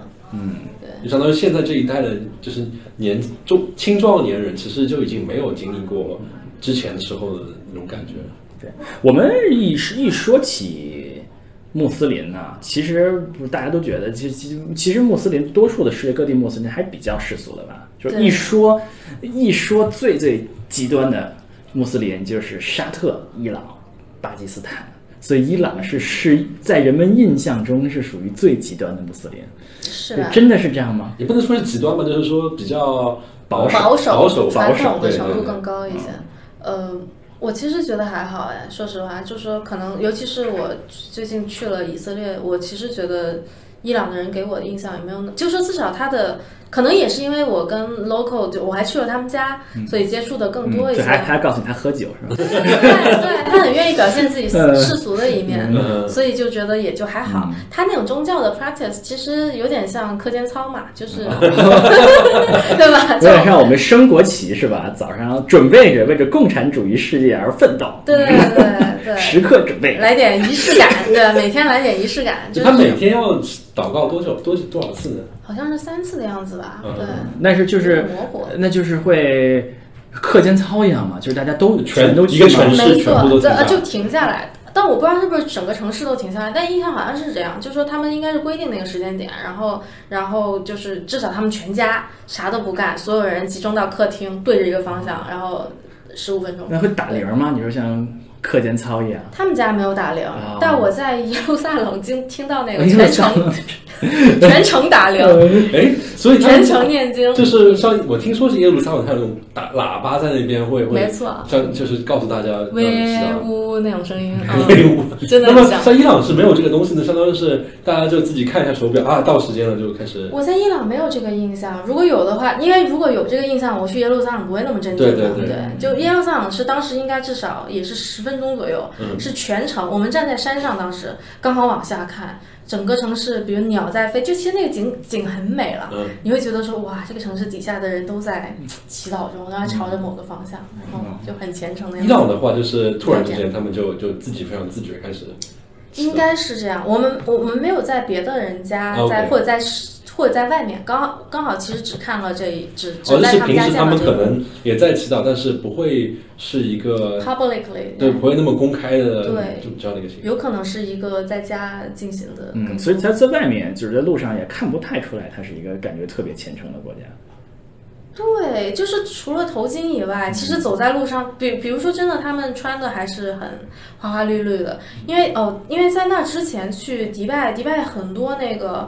就相当于现在这一代的，就是年中青壮年人，其实就已经没有经历过之前的时候的那种感觉。对，我们一说一说起穆斯林呢、其实不大家都觉得，其其其实穆斯林多数的世界各地穆斯林还比较世俗的吧，就是对一说一说最最极端的穆斯林就是沙特、伊朗、巴基斯坦。所以，伊朗是是在人们印象中是属于最极端的穆斯林，是啊吧？真的是这样吗？也不能说是极端吧，就是说比较保守保守、保守、传守统的对程度对对更高一些。呃，我其实觉得还好哎，说实话，就说可能，尤其是我最近去了以色列，我其实觉得伊朗的人给我的印象也没有那，就说至少他的可能也是因为我跟 local 就我还去了他们家，所以接触的更多一些。嗯对，还还告诉你他喝酒是吧？对对，他很愿意表现自己呃世俗的一面，嗯所以就觉得也就还好。他那种宗教的 practice 其实有点像课间操嘛，就是 *laughs* 对吧？有点就像我们升国旗是吧？早上准备着为着共产主义世界而奋斗，对对对对时刻准备对，。来点仪式感，对，每天来点仪式感，就他每是天要祷告多久？多多少次呢？好像是三次的样子吧，嗯对，但是就是模糊。那就是会课间操一样嘛，就是大家都全都去一个嘛城市没错全部都，停这下来呃就停下来。但我不知道是不是整个城市都停下来，但印象好像是这样，就说他们应该是规定那个时间点，然后然后就是至少他们全家啥都不干，所有人集中到客厅对着一个方向，然后十五分嗯钟。那会打铃吗？你说像课间操一样？他们家没有打铃，哦啊但我在耶路撒冷经听到那个哎呦全程全程打铃，哎，所以他全程念经，就是像我听说是耶路撒冷，他有那种打喇叭在那边会没会，错，像就是告诉大家要知威 *laughs* 道。呜那种声音，威嗯，武真的那很么 *laughs* 像。像伊朗是没有这个东西的，相当于是大家就自己看一下手表啊，到时间了就开始。我在伊朗没有这个印象，如果有的话，因为如果有这个印象，我去耶路撒冷不会那么震惊的。对对对就耶路撒冷是当时应该至少也是十分钟左右，嗯是全程。我们站在山上，当时刚好往下看，整个城市，比如鸟在飞，就其实那个景景很美了。嗯，你会觉得说哇，这个城市底下的人都在祈祷中，然后朝着某个方向，然后就很虔诚的样嗯伊子。朗的话就是突然之间他们就就自己非常自觉开始。应该是这样。我们我们没有在别的人家 OK 在或者在或者在外面，刚好刚好其实只看了这一只哦，只就在是他平们家时见他到们这可个能也在祈祷，但是不会是一个 publicly 对不会那么公开的对就这样的一个情况。有可能是一个在家进行的更 *laughs* 多，嗯，所以他在外面就是在路上也看不太出来，他是一个感觉特别虔诚的国家。对，就是除了头巾以外，其实嗯走在路上，比比如说真的，他们穿的还是很花花绿绿的，因为哦，因为在那之前去迪拜，迪拜很多那个。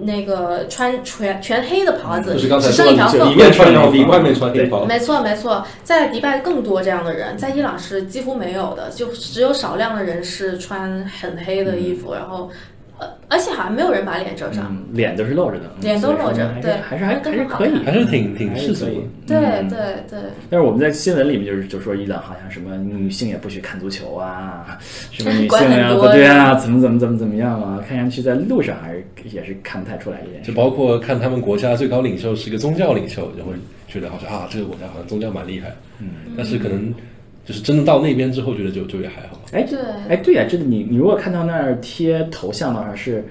那个穿全全黑的袍子，嗯就是刚才只说剩一条的，就缝里，面穿条皮，外面穿黑哦袍。没错，没错，在迪拜更多这样的人，在伊朗是几乎没有的，就只有少量的人是穿很黑的衣服，然后，呃，而且好像没有人把脸遮上。嗯，脸都是露着的，嗯啊脸都露所着以说还是对还是还那还更是好可以，还是挺挺还世是俗可以的。对嗯对对，但是我们在新闻里面就是就说伊朗好像什么女性也不许看足球啊，什么女性 *laughs* 管很啊，多对啊，怎么怎么怎么怎么样啊，看上去在路上还是也是看不太出来一点。就包括看他们国家最高领袖是个宗教领袖，就会觉得好像啊，这个国家好像宗教蛮厉害。嗯，但是可能就是真的到那边之后，觉得就就也还好。哎，对哎，对呀、这个你你如果看到那儿贴头像的话是。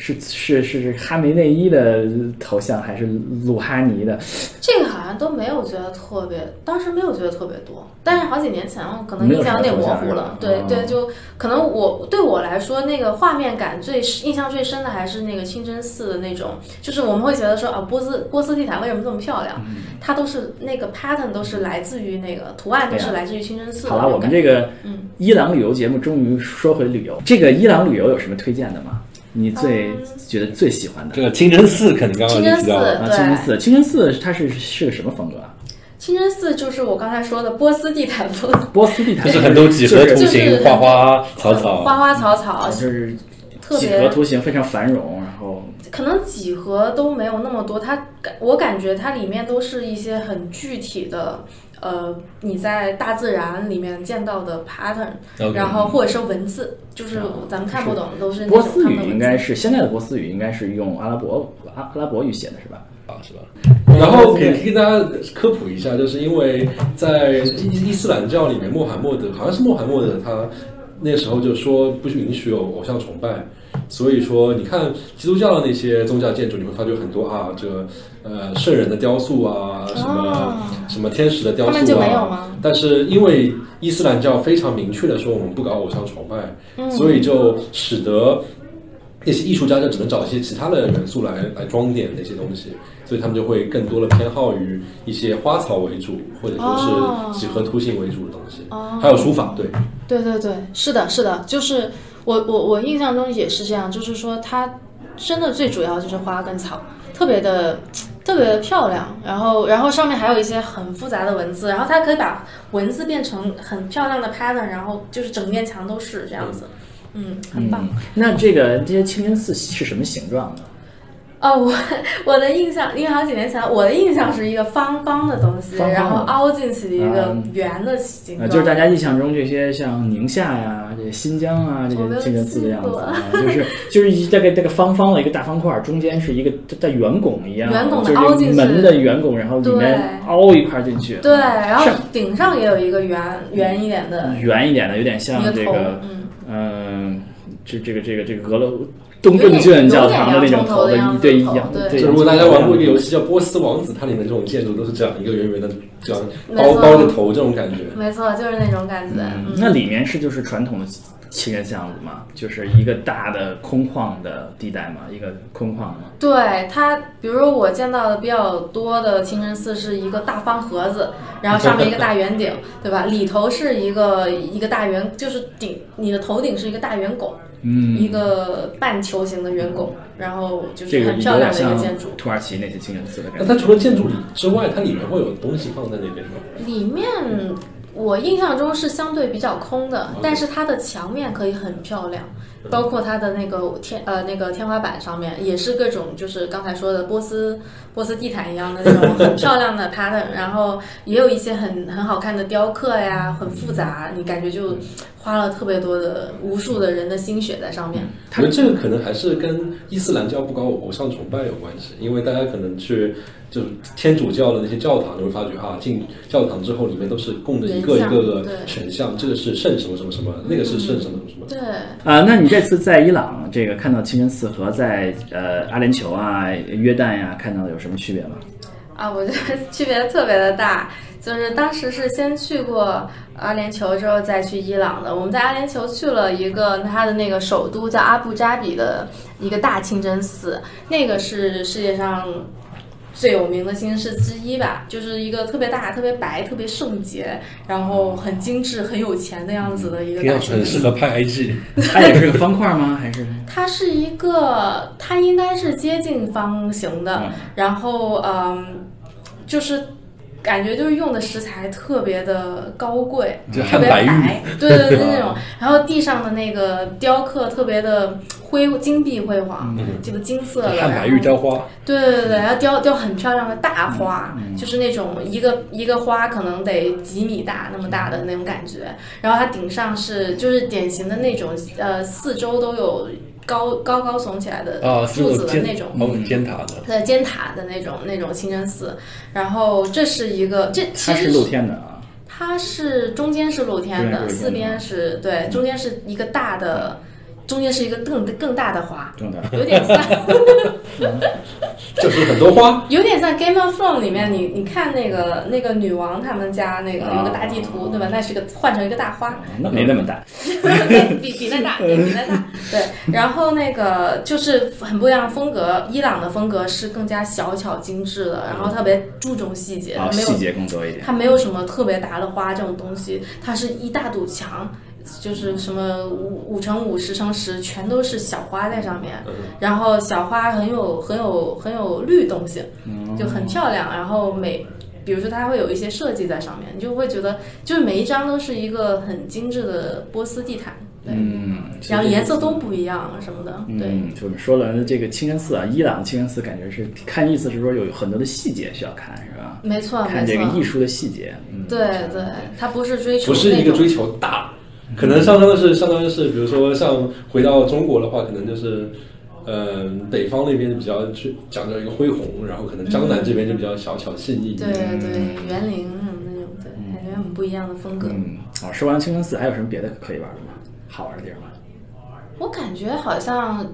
是是是哈梅内伊的头像还是鲁哈尼的？这个好像都没有觉得特别，当时没有觉得特别多，但是好几年前了，可能没有印象有点模糊啥了。印象对了对，哦就可能我对我来说，那个画面感最印象最深的还是那个清真寺的那种，就是我们会觉得说啊，波斯波斯地毯为什么这么漂亮？嗯它都是那个 pattern 都是来自于那个图案都对是啊来自于清真寺的好那了，种感觉。我们这个嗯伊朗旅游节目终于说回旅游。这个伊朗旅游有什么推荐的吗？你最嗯觉得最喜欢的这？个清真寺肯定刚刚清就真提寺到了，啊，对清真寺，清真寺它是是个什么风格啊？清真寺就是我刚才说的波斯地毯风，波斯地毯就是很多几何就是图就是形、花花草花草。花草草，就是嗯特几别何图形非常繁荣，然后可能几何都没有那么多，它感我感觉它里面都是一些很具体的，呃，你在大自然里面见到的 pattern，、 OK，然后或者是文字，就是哦咱们看不懂，都是那波种斯他语们的文应字该是现在的波斯语应该是用阿拉伯阿阿拉伯语写的是吧？啊是吧？然后对给给大家科普一下，就是因为在伊伊斯兰教里面，穆罕默德好像是穆罕默德他那时候就说不允许有偶像崇拜，所以说你看基督教的那些宗教建筑，你会发觉很多啊，这个呃圣人的雕塑啊，什么、哦什么天使的雕他塑啊，们就没有吗？但是因为伊斯兰教非常明确的说我们不搞偶像崇拜，嗯所以就使得那些艺术家就只能找一些其他的元素来来装点那些东西，所以他们就会更多的偏好于一些花草为主，或者哦说是几何图形为主的东西，还有书法，对，对对对，是的，是的，就是我我我印象中也是这样，就是说它真的最主要就是花跟草，特别的特别的漂亮，然后然后上面还有一些很复杂的文字，然后它可以把文字变成很漂亮的 pattern，然后就是整面墙都是这样子，嗯，很棒。那这个这些清真寺是什么形状呢？哦，我我的印象，因为好几年前，我的印象是一个方方的东西，方方的然后凹进去的一个嗯圆的形呃，状，就是大家印象中这些像宁夏呀、这些新疆啊这我些没有清真寺的去样子过啊，就是就是一大概这个方方的一个大方块儿，中间是一个带圆拱一样，啊圆拱的就凹是进去门的圆拱，然后里面对凹一块进去，啊对，然后上顶上也有一个圆圆一点的圆一点的，有点像一这头，个嗯，嗯，这这个这个这个俄罗东正卷教堂的那种头的有点一对一洋葱头的样对，样子，对就如果大家玩过一个游戏叫《波斯王子》，它里面这种建筑都是这样一个圆圆的，这样包没错包着头这种感觉。嗯没错，就是那种感觉。嗯嗯，那里面是就是传统的清真巷子嘛，就是一个大的空旷的地带嘛，一个空旷嘛，对它，比如我见到的比较多的清真寺是一个大方盒 *laughs* 子，然后上面一个大圆顶，对吧？里头是一个一个大圆，就是顶你的头顶是一个大圆拱，嗯，一个半球形的圆拱，然后就这是个很有漂亮点的一个像建筑。土耳其那些清真寺的感那觉。它除了建筑里之外，它里面会有东西放在那边吗？里面我印象中是相对比较空的，但是它的墙面可以很漂亮，包括它的那个天呃那个天花板上面也是各种就是刚才说的波斯波斯地毯一样的那种很漂亮的 pattern，然后也有一些很很好看的雕刻呀，很复杂，你感觉就花了特别多的无数的人的心血在上面。我觉得这个可能还是跟伊斯兰教不搞偶像崇拜有关系，因为大家可能去就是天主教的那些教堂，你会发觉啊，进教堂之后里面都是供着一个一人像个个对嗯神像，这个是圣什么什么什么，那个是圣什么什么什么。对，啊、那你这次在伊朗这个看到清真寺和在呃阿联酋啊、约旦呀、看到的有什么区 *laughs* 别吗？啊，我觉得区别特别的大。就是当时是先去过阿联酋，之后再去伊朗的。我们在阿联酋去了一个它的那个首都叫阿布扎比的一个大清真寺，那个是世界上最有名的清真寺之一吧，就是一个特别大、特别白、特别圣洁，然后很精致、很有钱的样子的一个大清真寺。合拍 IG，它也是个方块吗？还是嗯它是一个，它应该是接近方形的，嗯然后嗯，就是感觉就是用的食材特别的高贵，就特汉别白玉。白，对对对那种，然后地上的那个雕刻特别的辉金碧辉煌，这个金色的，嗯汉白然玉后雕花，对对对，然后雕雕很漂亮的嗯大花，就是那种一个一个花可能得几米大那么大的那种感觉。然后它顶上是就是典型的那种呃四周都有高高高耸起来的哦啊，是哦柱那种子的尖那嗯种。哦，尖塔的。呃，尖塔的那种那种清真寺，然后这是一个，这其它是实露天的啊？它是中间是露天中间是露天的，的四边是对，中间是一个大的，中间是一个更更大的花，中的。有点像 *laughs* 就是很多花，有点像《Game of Thrones》里面，你你看那个那个女王他们家那个啊有个大地图，对吧？那是个换成一个大 *laughs* 花，那没那么大，对比比那大，对比 *laughs* 那大。对，然后那个就是很不一样的风格，伊朗的风格是更加小巧精致的，然后特别注重细节，啊，没有细节更多一点。它没有什么特别大的花这种东西，它是一大堵墙，就是什么五五乘五、十乘十，全都是小花在上嗯面。然后小花很有很有很有律动性，嗯就很漂亮。然后每比如说它会有一些设计在上面，你就会觉得就是每一张都是一个很精致的波斯地毯，对，嗯，然后颜色都不一样什么的，对。嗯，就我们说了这个清真寺啊，伊朗清真寺感觉是看意思是说有很多的细节需要看，是吧？没错，没看这个艺错，术的细节，嗯，对对，它不是追求不是一那个种追求大，可能相当的是相当于是，比如说像回到中国的话，可能就是。嗯，北方那边比较去讲究一个恢宏，然后可能江南这边就比较小巧细腻。对对，园林什么那种，对，感觉很不一样的风格。嗯，哦，说完清真寺，还有什么别的可以玩的吗？嗯好玩的地儿吗？我感觉好像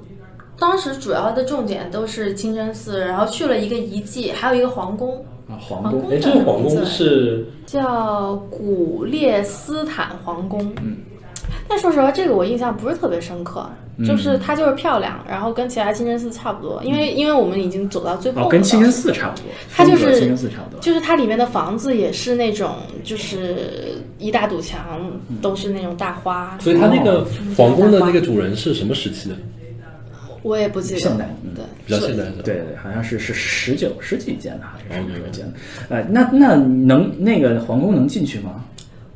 当时主要的重点都是清真寺，然后去了一个遗迹，还有一个皇宫，啊，皇宫皇哎，这个皇宫是叫古列斯坦皇宫。嗯，但说实话，这个我印象不是特别深刻。嗯就是它就是漂亮，然后跟其他清真寺差不多，因为因为我们已经走到最后了嗯哦，嘛，跟清真寺差不多，它就风格是清真寺差不多。就是它里面的房子也是那种，就是一大堵墙嗯都是那种大花，所以它那个皇宫的那个主人是什么时期的？我也不记得。现代嗯对，比较现代的。对对对，好像是是十九哦世纪建的，还是什么时候建的？呃，那那能那个皇宫能进去吗？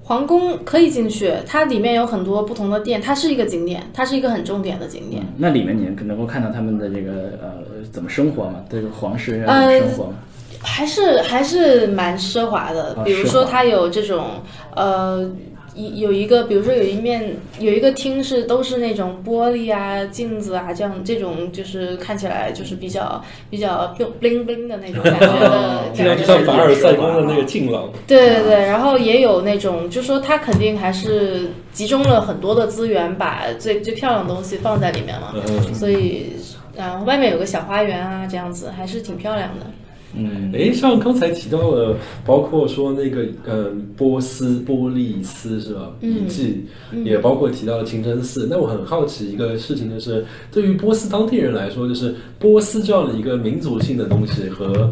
皇宫可以进去，它里面有很多不同的店，它是一个景点，它是一个很重点的景点。嗯那里面你能够看到他们的这个呃怎么生活嘛？这个皇室那呃种生活嘛？还是还是蛮奢华的啊，比如说奢华它有这种呃。一有一个，比如说有一面有一个厅是都是那种玻璃啊、镜子啊这样，这种就是看起来就是比较比较 bling bling 的那种感觉的哦，听上感去觉像凡尔赛宫的那个敬老，对对对，然后也有那种，就说它肯定还是集中了很多的资源，把最最漂亮的东西放在里面嘛，嗯，所以，啊，外面有个小花园啊，这样子还是挺漂亮的。嗯，诶，哎像刚才提到了，包括说那个嗯，波斯波利斯是吧？嗯遗迹，也包括提到了清真寺。那我很好奇一个事情，就是对于波斯当地人来说，就是波斯这样的一个民族性的东西和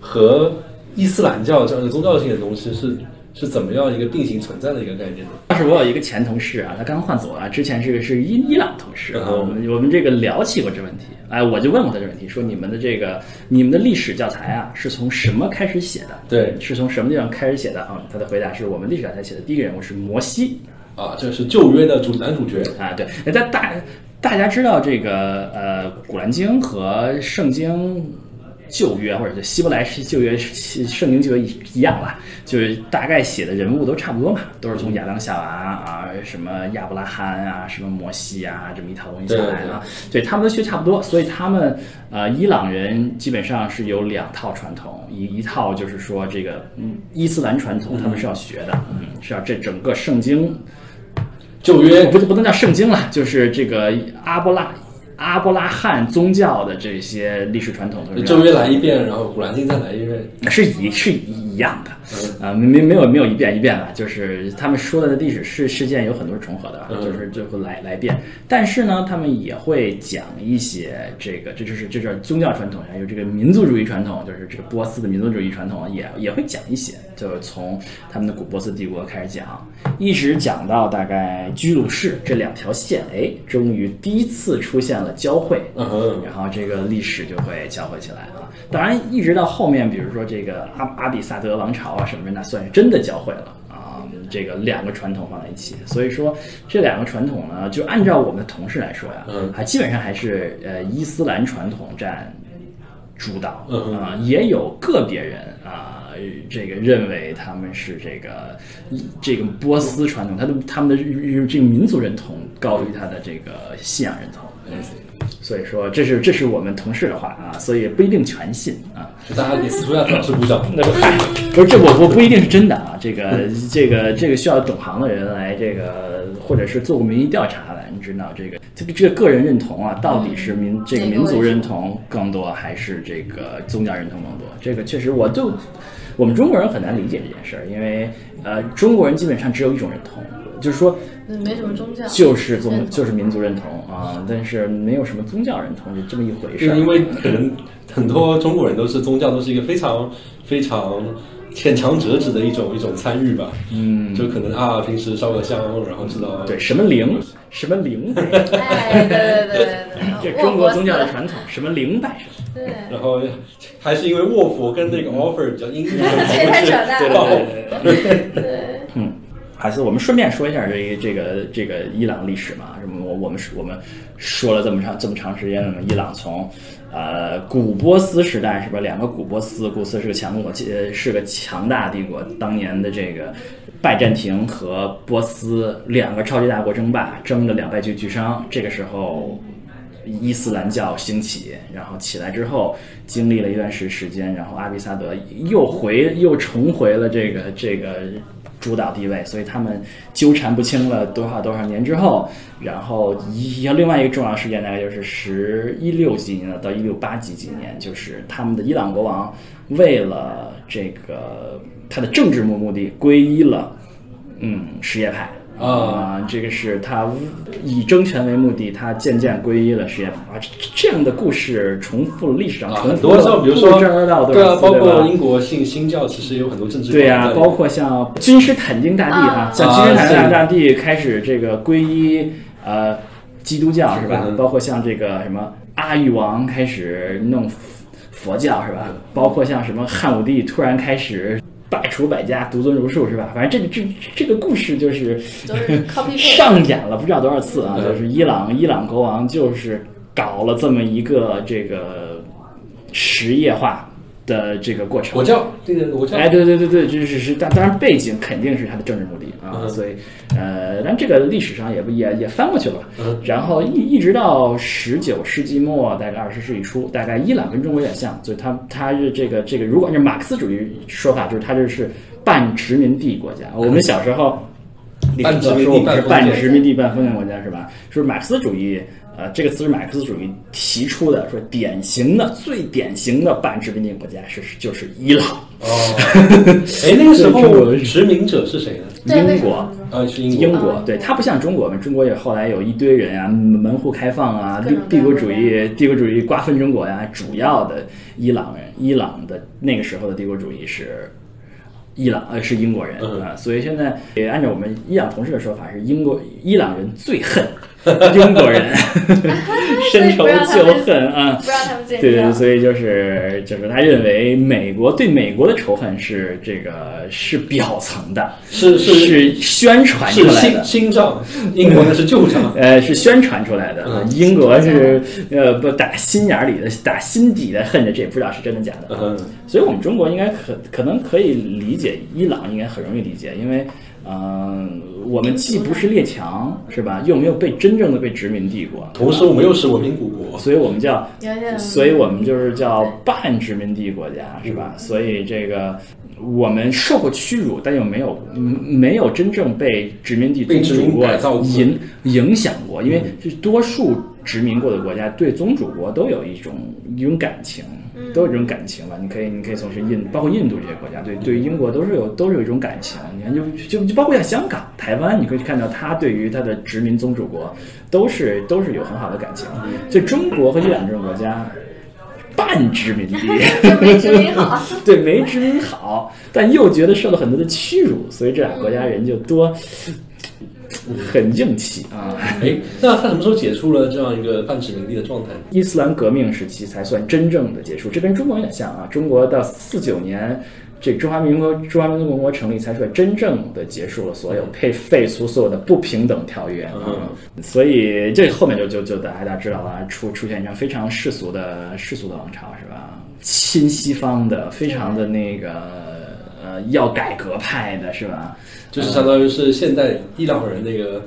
和伊斯兰教这样的宗教性的东西是是怎么样一个并行存在的一个概念呢？当时我有一个前同事啊，他刚换组啊，之前是个是伊伊朗同事啊，嗯我们我们这个聊起过这问题，哎，我就问过他这个问题，说你们的这个你们的历史教材啊是从什么开始写的？对是从什么地方开始写的啊？他的回答是我们历史教材写的第一个人物是摩西啊，这是旧约的主男主角，啊，对，哎但大大家知道这个呃《古兰经》和圣经。旧约或者是希伯来是旧约、是圣经旧约一一样啦，就是大概写的人物都差不多嘛，都是从亚当、夏娃啊，什么亚伯拉罕啊，什么摩西啊，这么一套东西下来啊，对他们都学差不多，所以他们呃，伊朗人基本上是有两套传统，一一套就是说这个嗯伊斯兰传统，他们是要学的，嗯，是要这整个圣经旧我约不不能叫圣经了，就是这个阿波拉阿波拉罕宗教的这些历史传统，旧约来一遍，然后古兰经再来一遍，是一是一样的，啊、没没有没有一遍一遍了，就是他们说的历史事事件有很多是重合的，啊嗯就是最后来来变，但是呢，他们也会讲一些这个，这就是这就是宗教传统，还有这个民族主义传统，就是这个波斯的民族主义传统也也会讲一些，就是从他们的古波斯帝国开始讲，一直讲到大概居鲁士这两条线，哎，终于第一次出现了交汇，嗯哼，然后这个历史就会交汇起来啊。当然，一直到后面，比如说这个阿阿比萨德王朝啊什么的，那算是真的交汇了啊。这个两个传统放在一起，所以说这两个传统呢，就按照我们的同事来说呀，嗯还基本上还是呃伊斯兰传统占主导嗯哼啊、也有个别人啊、这个认为他们是这个这个波斯传统，他的他们的这个民族认同高于他的这个信仰认同。哎所以说，这是这是我们同事的话啊，所以不一定全信啊。就大家给斯图亚特老师鼓掌。那不是这我我不一定是真的啊，这个 *laughs* 这个这个需要懂行的人来这个，或者是做过民意调查来，你知道这个这个这个个人认同啊，到底是民这个民族认同更多，还是这个宗教认同更多？这个确实，我就我们中国人很难理解这件事儿，因为呃，中国人基本上只有一种认同，就是说嗯，没什么宗教。嗯就是宗认同就是民族认同啊，但是没有什么宗教认同，就这么一回就事儿。是因为可能很多中国人都是宗教都是一个非常非常浅尝辄止的一种一种参与吧，嗯，就可能啊平时烧个香，然后知道嗯对什么灵什么灵摆，哎，对对对 *laughs* 这对对，中国宗教的传传统，什么灵摆什么。对，然后还是因为卧佛跟那个 offer 比较英语，这也太扯淡对了。对对对。对，还是我们顺便说一下这个这个这个伊朗历史嘛，什么我我们我们说了这么长这么长时间了，伊朗从呃古波斯时代是吧？两个古波斯，古斯是个强国，呃是个强大帝国，当年的这个拜占庭和波斯两个超级大国争霸，争得两败俱俱伤。这个时候伊斯兰教兴起，然后起来之后，经历了一段时时间，然后阿比萨德又回又重回了这个这个主导地位，所以他们纠缠不清了多少多少年之后，然后一另外一个重要事件大概就是十一六几年到一六八几几年，就是他们的伊朗国王为了这个他的政治目目的皈依了嗯什叶派。啊啊，这个是他以争权为目的，他渐渐皈依了什叶派啊。这这样的故事重复历史上啊重很复多了像比如不说知道多对少啊，次包括吧英国信新教其实也有很多政治对呀、啊，包括像君士坦丁大帝啊，啊像君士坦啊丁是大帝开始这个皈依呃基督教是吧嗯？包括像这个什么阿育王嗯开始弄佛佛教是吧？包括像什么汉武帝突然开始罢黜百家，独尊儒术是吧？反正这个这这个故事就是 *laughs* 都是 copy paste 上演了不知道多少次啊！对就是伊朗伊朗国王就是搞了这么一个这个实业化的这个过程。国教这个国教，哎，对对对对，这是是，但当然背景肯定是他的政治目的啊，嗯所以呃，但这个历史上也不也也翻过去了，嗯然后一一直到十九世纪末，大概二十世纪初，大概伊朗跟中国有点像，就是它它是这个这个，如果按照马克思主义说法，就是它这是半殖民地国家。我们小时 *laughs* 候历史半殖课民地说我们是半半封建殖民地半封建国家是吧？说马克思主义。呃，这个词是马克思主义提出的，说典型的、最典型的半殖民地国家是就是伊朗。哦，哎，那个时 *laughs* 这个中候国殖民者是谁呢？对为英什国么啊，是英国。英国对它不像中国嘛，中国也后来有一堆人啊，门门户开放啊，各帝种帝国各样的主义人帝国主义瓜分中国呀、主要的伊朗人，伊朗的那个时候的帝国主义是伊朗呃是英国人嗯啊、所以现在也按照我们伊朗同事的说法，是英国伊朗人最恨英国 *laughs* 人，深仇所以不让他旧们恨啊。不让他们进对对掉对，所以就是就是他认为美国对美国的仇恨是这个是表层的，是是是宣传出是来新的。。新账，英国那是旧账呃，是宣传出来的。嗯英国是呃不打心眼儿里的、打心底的恨着，这也不知道是真的假的。嗯，所以我们中国应该可可能可以理解，伊朗应该很容易理解，因为嗯、我们既不是列强是吧，又没有被真正的被殖民帝国，嗯同时对吧我们又是文明 *laughs* 古国，所以我们叫有点，所以我们就是叫半殖民地国家，是嗯吧？所以这个我们受过屈辱，但又没有嗯没有真正被殖民地宗主被殖民改造国过影影响过，因为是多数殖民过的国家对宗主国都有一种一种感情。都有这种感情吧，你可以，你可以从是印，包括印度这些国家，对对英国都是有都是有一种感情。你看就，就就包括像香港、台湾，你可以看到他对于他的殖民宗主国都是都是有很好的感情。就中国和伊朗这种国家，半殖民地，就没殖 *laughs* 民好。对，没殖民好，但又觉得受了很多的屈辱，所以这俩国家人就多 *laughs* 很硬气啊。哎，那他什么时候解除了这样一个半殖民地的状态？伊斯兰革命时期才算真正的结束，这跟中国有点像啊。中国到四九年，这中华民国中华民国共和国成立才算真正的结束了所有废废除所有的不平等条约啊。所以这后面就就就大家大家知道了，出出现一张非常世俗的世俗的王朝是吧？亲西方的，非常的那个呃要改革派的是吧？就是相当于是现代伊朗人那个，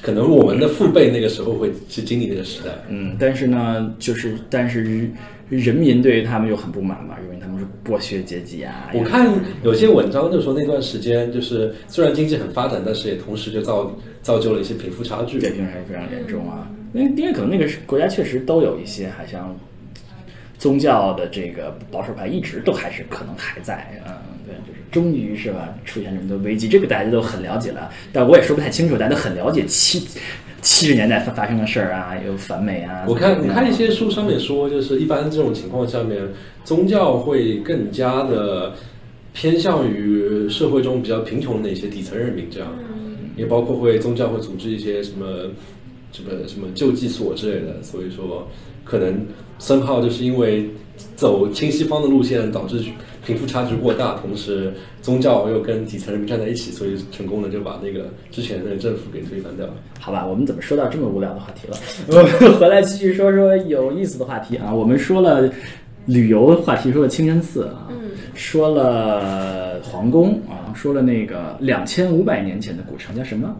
可能我们的父辈那个时候会去经历那个时代。嗯，但是呢，就是但是人民对于他们又很不满嘛，认为他们是剥削阶级啊。我看有些文章就说那段时间就是虽然经济很发展，但是也同时就造造就了一些贫富差距。对，病还非常严重啊。因为因为可能那个是国家确实都有一些，好像宗教的这个保守派一直都还是可能还在，嗯，对，就是终于是吧，出现这么多危机，这个大家都很了解了，但我也说不太清楚，大家都很了解七七十年代发发生的事儿啊，有反美啊。我看怎么我样啊看一些书上面说，就是一般这种情况下面，宗教会更加的偏向于社会中比较贫穷的一些底层人民，这样，嗯也包括会宗教会组织一些什么什么什么救济所之类的，所以说可能申浩就是因为走亲西方的路线，导致贫富差距过大，同时宗教又跟底层人民站在一起，所以成功的就把那个之前的政府给推翻掉了。好吧，我们怎么说到这么无聊的话题了？ *laughs* 我们回来继续说说有意思的话题啊。我们说了旅游话题，说了清真寺啊，说了皇宫啊，说了那个两千五百年前的古城叫什么？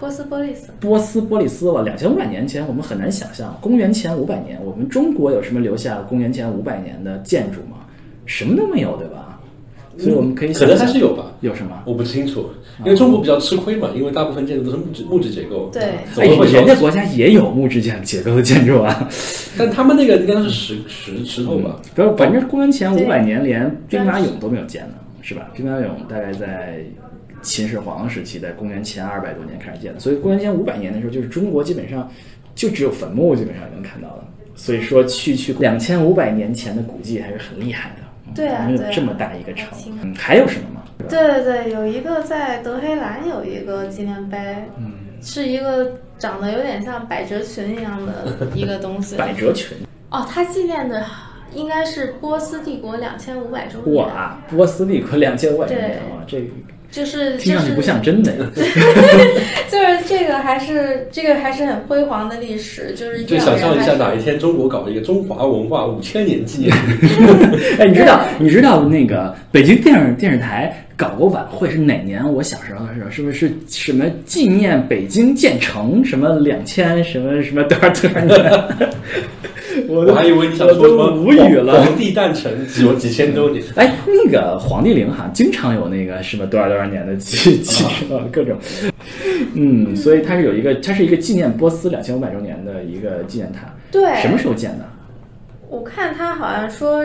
波斯波利斯，波斯波利斯了。两千五百年前，我们很难想象，公元前五百年，我们中国有什么留下公元前五百年的建筑吗？什么都没有，对吧？所以我们可以可想能象还是有吧。有什么？我不清哦楚，因为中国比较吃亏嘛，因为大部分建筑都是木质木质结构，对总哎，会人家会国家也有木质建结构的建筑啊。但他们那个应该都是石石石头吧？不是，反正公元前五对百年连兵马俑都没有建呢，是吧？兵马俑大概在秦始皇时期，在公元前二百多年开始建的，所以公元前五百年的时候，就是中国基本上就只有坟墓基本上能看到的。所以说去去两千五百年前的古迹还是很厉害的。嗯对啊我们有对啊这么大一个城很清，嗯，还有什么吗？是吧对对对，有一个在德黑兰有一个纪念碑，嗯是一个 *laughs* 长得有点像百褶裙一样的一个东西。百褶裙，哦，它纪念的应该是波斯帝国两千五百周年，哇，波斯帝国两千五百周年对哇，这个就是听就上去是不像真的呀。就是这个还是这个还是很辉煌的历史，嗯就是就伊朗想象人一还下是哪一天中国搞一个中华文化五千年纪念日，哎，你知道你知道那个北京电视电视台搞过晚会是哪年？我小时候的时候，是不是什么纪念北京建成什么两千什么什么多少多少年？ *laughs* 我我都还以为你想我说什都么无语了皇。皇帝诞辰几几千周年，哎，那个黄帝陵哈，经常有那个什么多少多少年的纪纪啊各种，嗯，所以它是有一个，它是一个纪念波斯两千五百周年的一个纪念塔。对什么时候建的？我看他好像说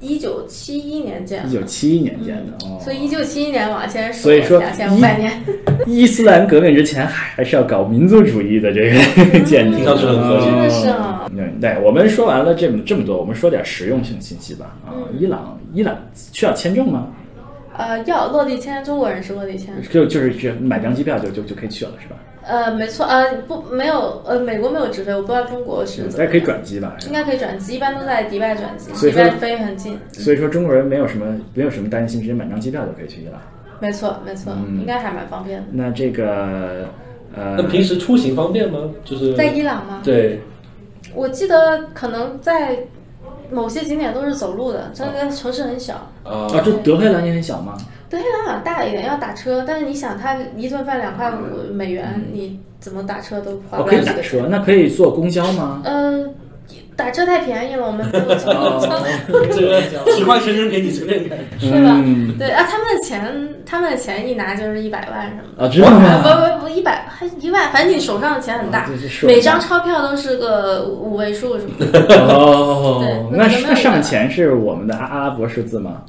一九七一年建一，九七一年建的哦。所以一九七一年往前数所以说两千五百年。 *laughs* 伊斯兰革命之前还是要搞民族主义的这个 *laughs* 建筑，听上去很合理 *laughs* 嗯真的是啊嗯，对，我们说完了这么这么多，我们说点实用性信息吧。啊，嗯伊朗，伊朗需要签证吗？呃，要落地签，中国人是落地签。就就是只买张机票就就就可以去了是吧？呃，没错，呃，不，没有，呃，美国没有直飞，我不知道中国是怎么但样。嗯可以转机吧？是吧应该可以转机，一般都在迪拜转机，所以迪说拜飞很近。所以说中国人没有什么没有什么担心，直接买张机票就可以去伊朗。没错，没错，嗯应该还蛮方便的。那这个呃那，平时出行方便吗？就是在伊朗吗？对，我记得可能在某些景点都是走路的，这个城市很小。啊啊，这德黑兰也很小吗？德黑兰好像大一点，要打车，但是你想，它一顿饭两块五美元，你怎么打车都花哦，嗯不可了以几打个车，钱。那可以坐公交 *laughs* 吗？呃，打车太便宜了，我们没有坐公交。 *laughs* 哦，这个十块钱扔给你随便 *laughs* 看，是吧？嗯对啊，他们的钱，他们的钱一拿就是一百万 *laughs* 什么的。啊，知道啊吗？不不不，一百还一万，反正你手上的钱很大啊这是，手上每张钞票都是个五位数什么的。哦，对那那是没有那上面的钱是我们的阿阿拉伯数字吗？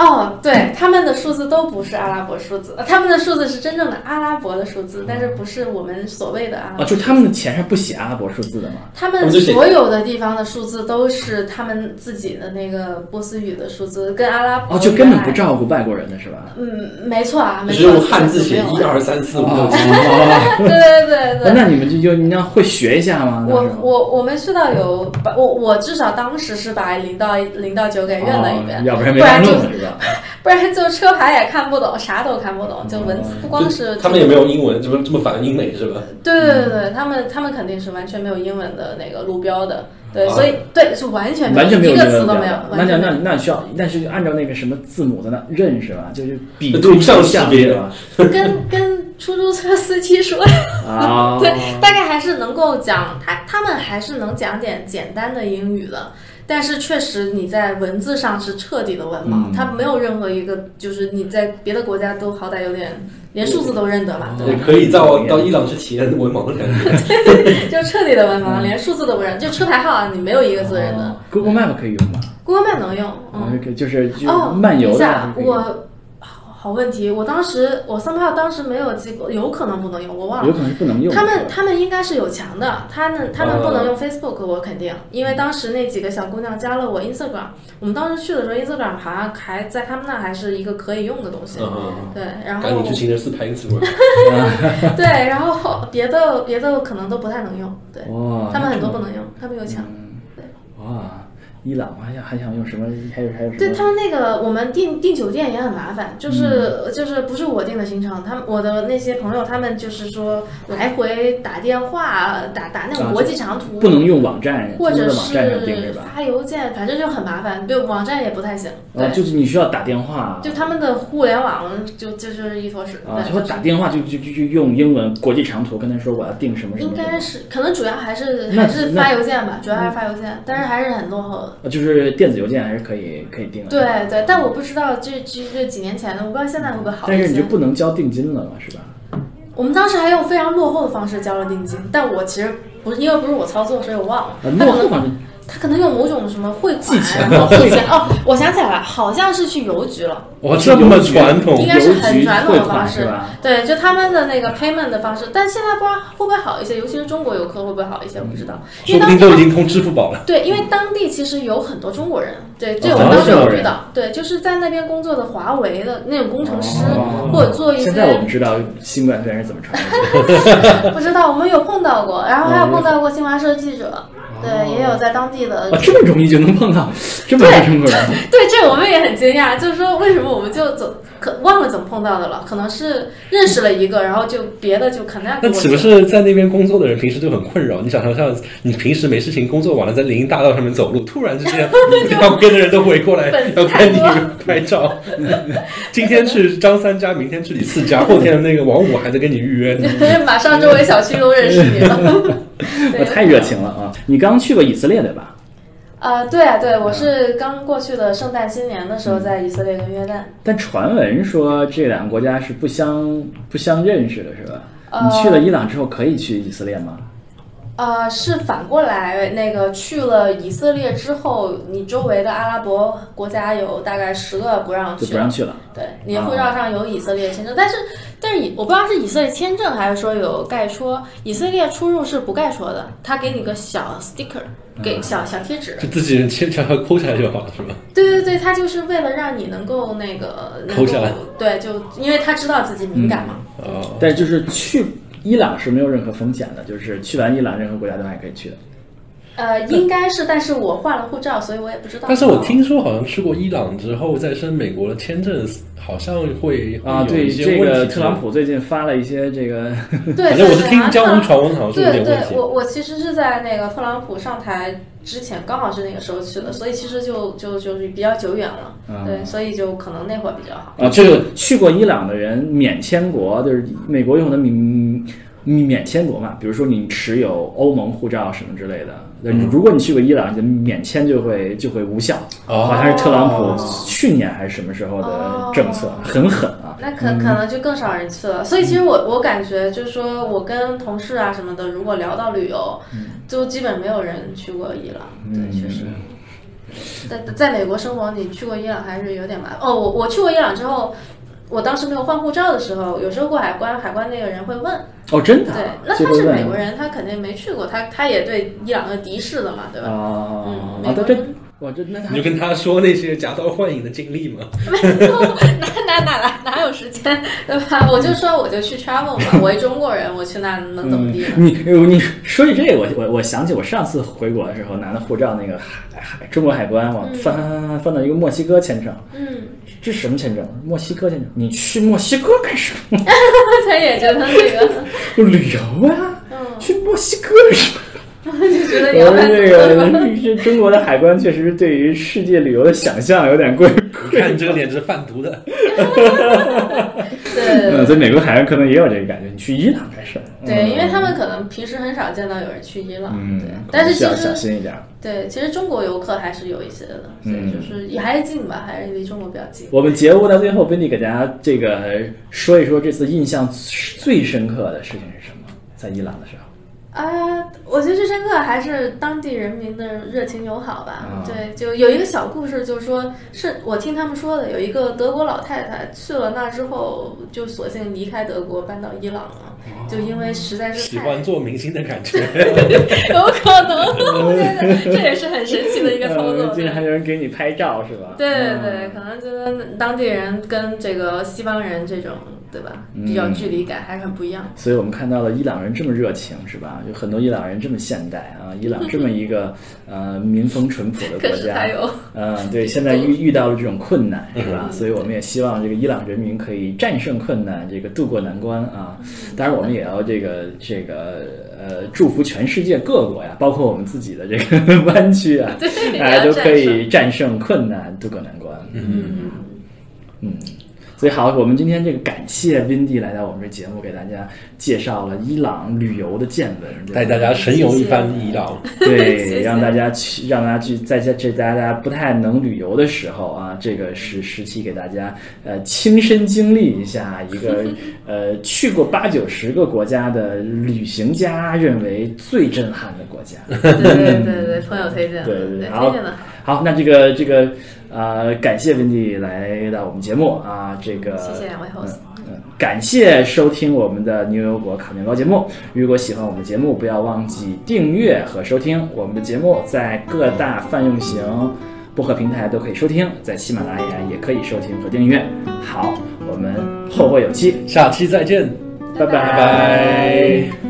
哦，对，他们的数字都不是阿拉伯数字，呃他们的数字是真正的阿拉伯的数嗯字，但是不是我们所谓的阿哦拉啊，伯。就他们的钱上不写阿拉伯数字的吗？他我们们就写所有的地方的数字都是他们自己的那个波斯语的数字，跟阿拉伯哦，就根本不原来。照顾外国人的是吧？嗯，没错啊，就没是错，用汉字写没一有啊二三四五六哦七。 *laughs* 对对对对。那你们就就你要会学一下吗？我到时候我我们去到有把我我至少当时是把零到零到九给认了一遍，哦要不然没不法然就弄了是吧？不然就车牌也看不懂，啥都看不懂，就文字不光是哦就他们也没有英文，怎么这么反英美是吧？对对对嗯对，他们他们肯定是完全没有英文的那个路标的，对，啊所以对是完全完全没有一这个个词都表没有达，那那完全没那有。那需要，但是按照那个什么字母的那认识吧，就是比那图像识别对吧？ *laughs* 跟跟出租车司机说，啊，对，大概还是能够讲，他他们还是能讲点简单的英语的，但是确实你在文字上是彻底的文盲，嗯他没有任何一个就是你在别的国家都好歹有点连数字都认得哦嗯嘛，也对吧？可以到到伊朗去体验文盲的感觉。就彻底的文嗯盲，连数字都不认，就车牌号啊，你没有一个字认的。 Google Map 可以用吗？ Google Map 能用，嗯，啊，就是就哦，漫游等一的下话可以用，我。好好问题，我当时我 somehow 当时没有记过，有可能不能用，我忘了有。可能是不能用的。哦他们他们应该是有墙的，他们他们不能用 Facebook，我肯定，因为当时那几个小姑娘加了我 Instagram，我们当时去的时候 Instagram 好像还在他们那还是一个可以用的东西。嗯，对，然后赶紧去清真寺拍个自拍。对，然后别的别的可能都不太能用，对，哇，他们很多不能用，他们有墙。哇，伊朗我还想还想用什么？还有还有什么？对他们那个，我们订订酒店也很麻烦，就是、嗯就是不是我订的行程，他们我的那些朋友他们就是说来回打电话打打那啊种国际长途，不能用网站，或中者国的网站上订是是吧？发邮件，反正就很麻烦，对网站也不太行，对，啊，就是你需要打电话，就他们的互联网就就就是一坨屎，啊，对，然后打电话就就就就用英文国际长途跟他说我要订什么什么应什么。该是可能主要还是那还是那嗯发邮件吧，主要还是发邮件，但是还是很落后的。呃就是电子邮件还是可以可以订的。对对，但我不知道这这这几年前的，我不知道现在会不会好一但些。是你就不能交定金了嘛，是吧？我们当时还用非常落后的方式交了定金，但我其实不是因为不是我操作，所以我忘了。啊，落后反正他可能用某种什么汇寄款，钱然后汇钱。哦，我想起来了，好像是去邮局了， *laughs* 哇，这么传统应该是邮很局传统汇的方款是式吧？。对，就他们的那个 payment 的方式，但现在不知道会不会好一些，尤其是中国游客会不会好一些，我不知道。因说为不定当地都已经通支付宝了。对，因为当地其实有很多中国人，对，嗯这哦我们当时很多中国有人遇到，对，就是在那边工作的华为的那种工程师，哦或者做一些现在我们知道新冠肺炎是怎么传染的。 *laughs* 哦不知道，我们有碰到过，然后还有碰到过新华社记者，对，也有在当地的啊，这么容易就能碰到这么多中国人， *laughs* 对，这我们也很惊讶，就是说为什么我们就怎可忘了怎么碰到的了？可能是认识了一个，然后就别的就 connect 那过岂去不了。是在那边工作的人平时就很困扰？你想想像你平时没事情工作完了，在林荫大道上面走路，突然之间两边的人都围过来粉丝要跟你太多拍照。 *laughs* 今天去张三家，明天去李四家，后天的那个王五还在跟你预约呢。 *laughs* 马上周围小区都认识你了，*laughs* 对我太热情了啊！你刚去过以色列对吧？啊、对啊，对，我是刚过去的圣诞新年的时候，在以色列跟约旦。但传闻说这两个国家是不相不相认识的，是吧？呃你去了伊朗之后可以去以色列吗？呃，是反过来，那个去了以色列之后，你周围的阿拉伯国家有大概十个不让就去，不让去了。对，你护照上有以色列签证，但是但是以我不知道是以色列签证还是说有盖戳，以色列出入是不盖戳的，他给你个小 sticker，给嗯小小贴纸。就自己人切悄悄抠下来就好了，是吧？对对对，他就是为了让你能够那个能抠够下来对，就因为他知道自己敏感嘛。哦，但就是去伊朗是没有任何风险的，就是去完伊朗任何国家都还可以去的。呃，应该是，但是我换了护照，所以我也不知道。嗯但是我听说好像去过伊朗之后再申美国的签证，好像会啊，会有对，一些这问个题特朗普最近发了一些这 *laughs* 个，对，对反正我是对听好像江看湖了传闻，好像是有对点问对，题。我我其实是在那个特朗普上台之前，刚好是那个时候去的，所以其实就就就是比较久远了，嗯对，所以就可能那会儿比较好。啊，这个去过伊朗的人免签国，就是美国用的免免签国嘛，比如说你持有欧盟护照什么之类的。那如果你去过伊朗，你的免签就会就会无效，哦好像是特朗普去年还是什么时候的政策，哦很狠啊。那可嗯可能就更少人去了，所以其实我我感觉就是说我跟同事啊什么的，如果聊到旅游，嗯就基本没有人去过伊朗，嗯对，确实。在在美国生活，你去过伊朗还是有点麻烦。哦，我我去过伊朗之后，我当时没有换护照的时候，有时候过海关，海关那个人会问，哦，真的啊？对，那这他个是问美国人，他肯定没去过，他他也对伊朗的敌视的嘛，对吧？啊嗯，啊，美他国这人我这那他你就跟他说那些夹道欢迎的经历 *laughs* 嘛。哪哪哪哪有时间，对 *laughs* 吧？我就说我就去 travel 嘛，我一中国人，我去那能怎么地呢？嗯你呃你说起这个，我我我想起我上次回国的时候拿的护照，那个海海中国海关往翻翻翻翻翻到一个墨西哥签证，嗯，这是什么签证？啊墨西哥签证？你去墨西哥干什么？ *laughs* 他也觉得那个，旅游啊？嗯，去墨西哥干什么？ *laughs* 就觉得你要我们搬走这了吧？个哎这中国的海关确实对于世界旅游的想象有点过于你看你这个脸是贩毒的，对嗯，所以美国海关可能也有这个感觉。你去伊朗干什么？对，因为嗯他们可能平时很少见到有人去伊朗，对嗯，，但是需要其小实心一点。对，其实中国游客还是有一些的，所以嗯就是也还是近吧，还是离中国比较近。我们节目到最后，温迪给大家这个说一说这次印象最深刻的事情是什么？在伊朗的时候，啊，我觉得最深刻还是当地人民的热情友好吧。啊对，就有一个小故事，就是说是我听他们说的，有一个德国老太太去了那之后，就索性离开德国，搬到伊朗了，哦就因为实在是喜太欢做明星的感 *laughs* 觉。有可能， *laughs* 对对，这也是很神奇的一个操作。竟对然呃还有人给你拍照是吧？对对嗯对，可能觉得当地人跟这个西方人这种，对吧，嗯比较距离感还是很不一样。所以我们看到了伊朗人这么热情，是吧？有很多伊朗人这么现代啊，伊朗这么一个呃民风淳朴的可国是家他，有嗯，对，现在遇遇到了这种困难，嗯是吧？所以我们也希望这个伊朗人民可以战胜困难，这个渡过难关嗯啊。当然，我们也要这个这个呃，祝福全世界各国呀，包括我们自己的这个湾区 *laughs* 啊，对， *laughs* 大家都可比较战胜以战胜困难，渡过难关。嗯。所以好，我们今天这个感谢 Windy 来到我们这节目，给大家介绍了伊朗旅游的见闻，对吧带大家神游一番伊朗， *laughs* 谢对，谢让大家去，让大家去，在这这大家不太能旅游的时候啊，这个时时期给大家呃亲身经历一下一个 *laughs* 呃去过八九十个国家的旅行家认为最震撼的国家。 *laughs* 对对对对，朋友推荐的，对对对对，推荐的。好，那这个这个呃，感谢温迪来到我们节目啊，这个谢谢两位 host 嗯嗯感谢收听我们的牛油果烤面包节目。如果喜欢我们的节目，不要忘记订阅和收听我们的节目，在各大泛用型播客平台都可以收听，在喜马拉雅也可以收听和订阅。好，我们后会有期，下期再见。拜拜拜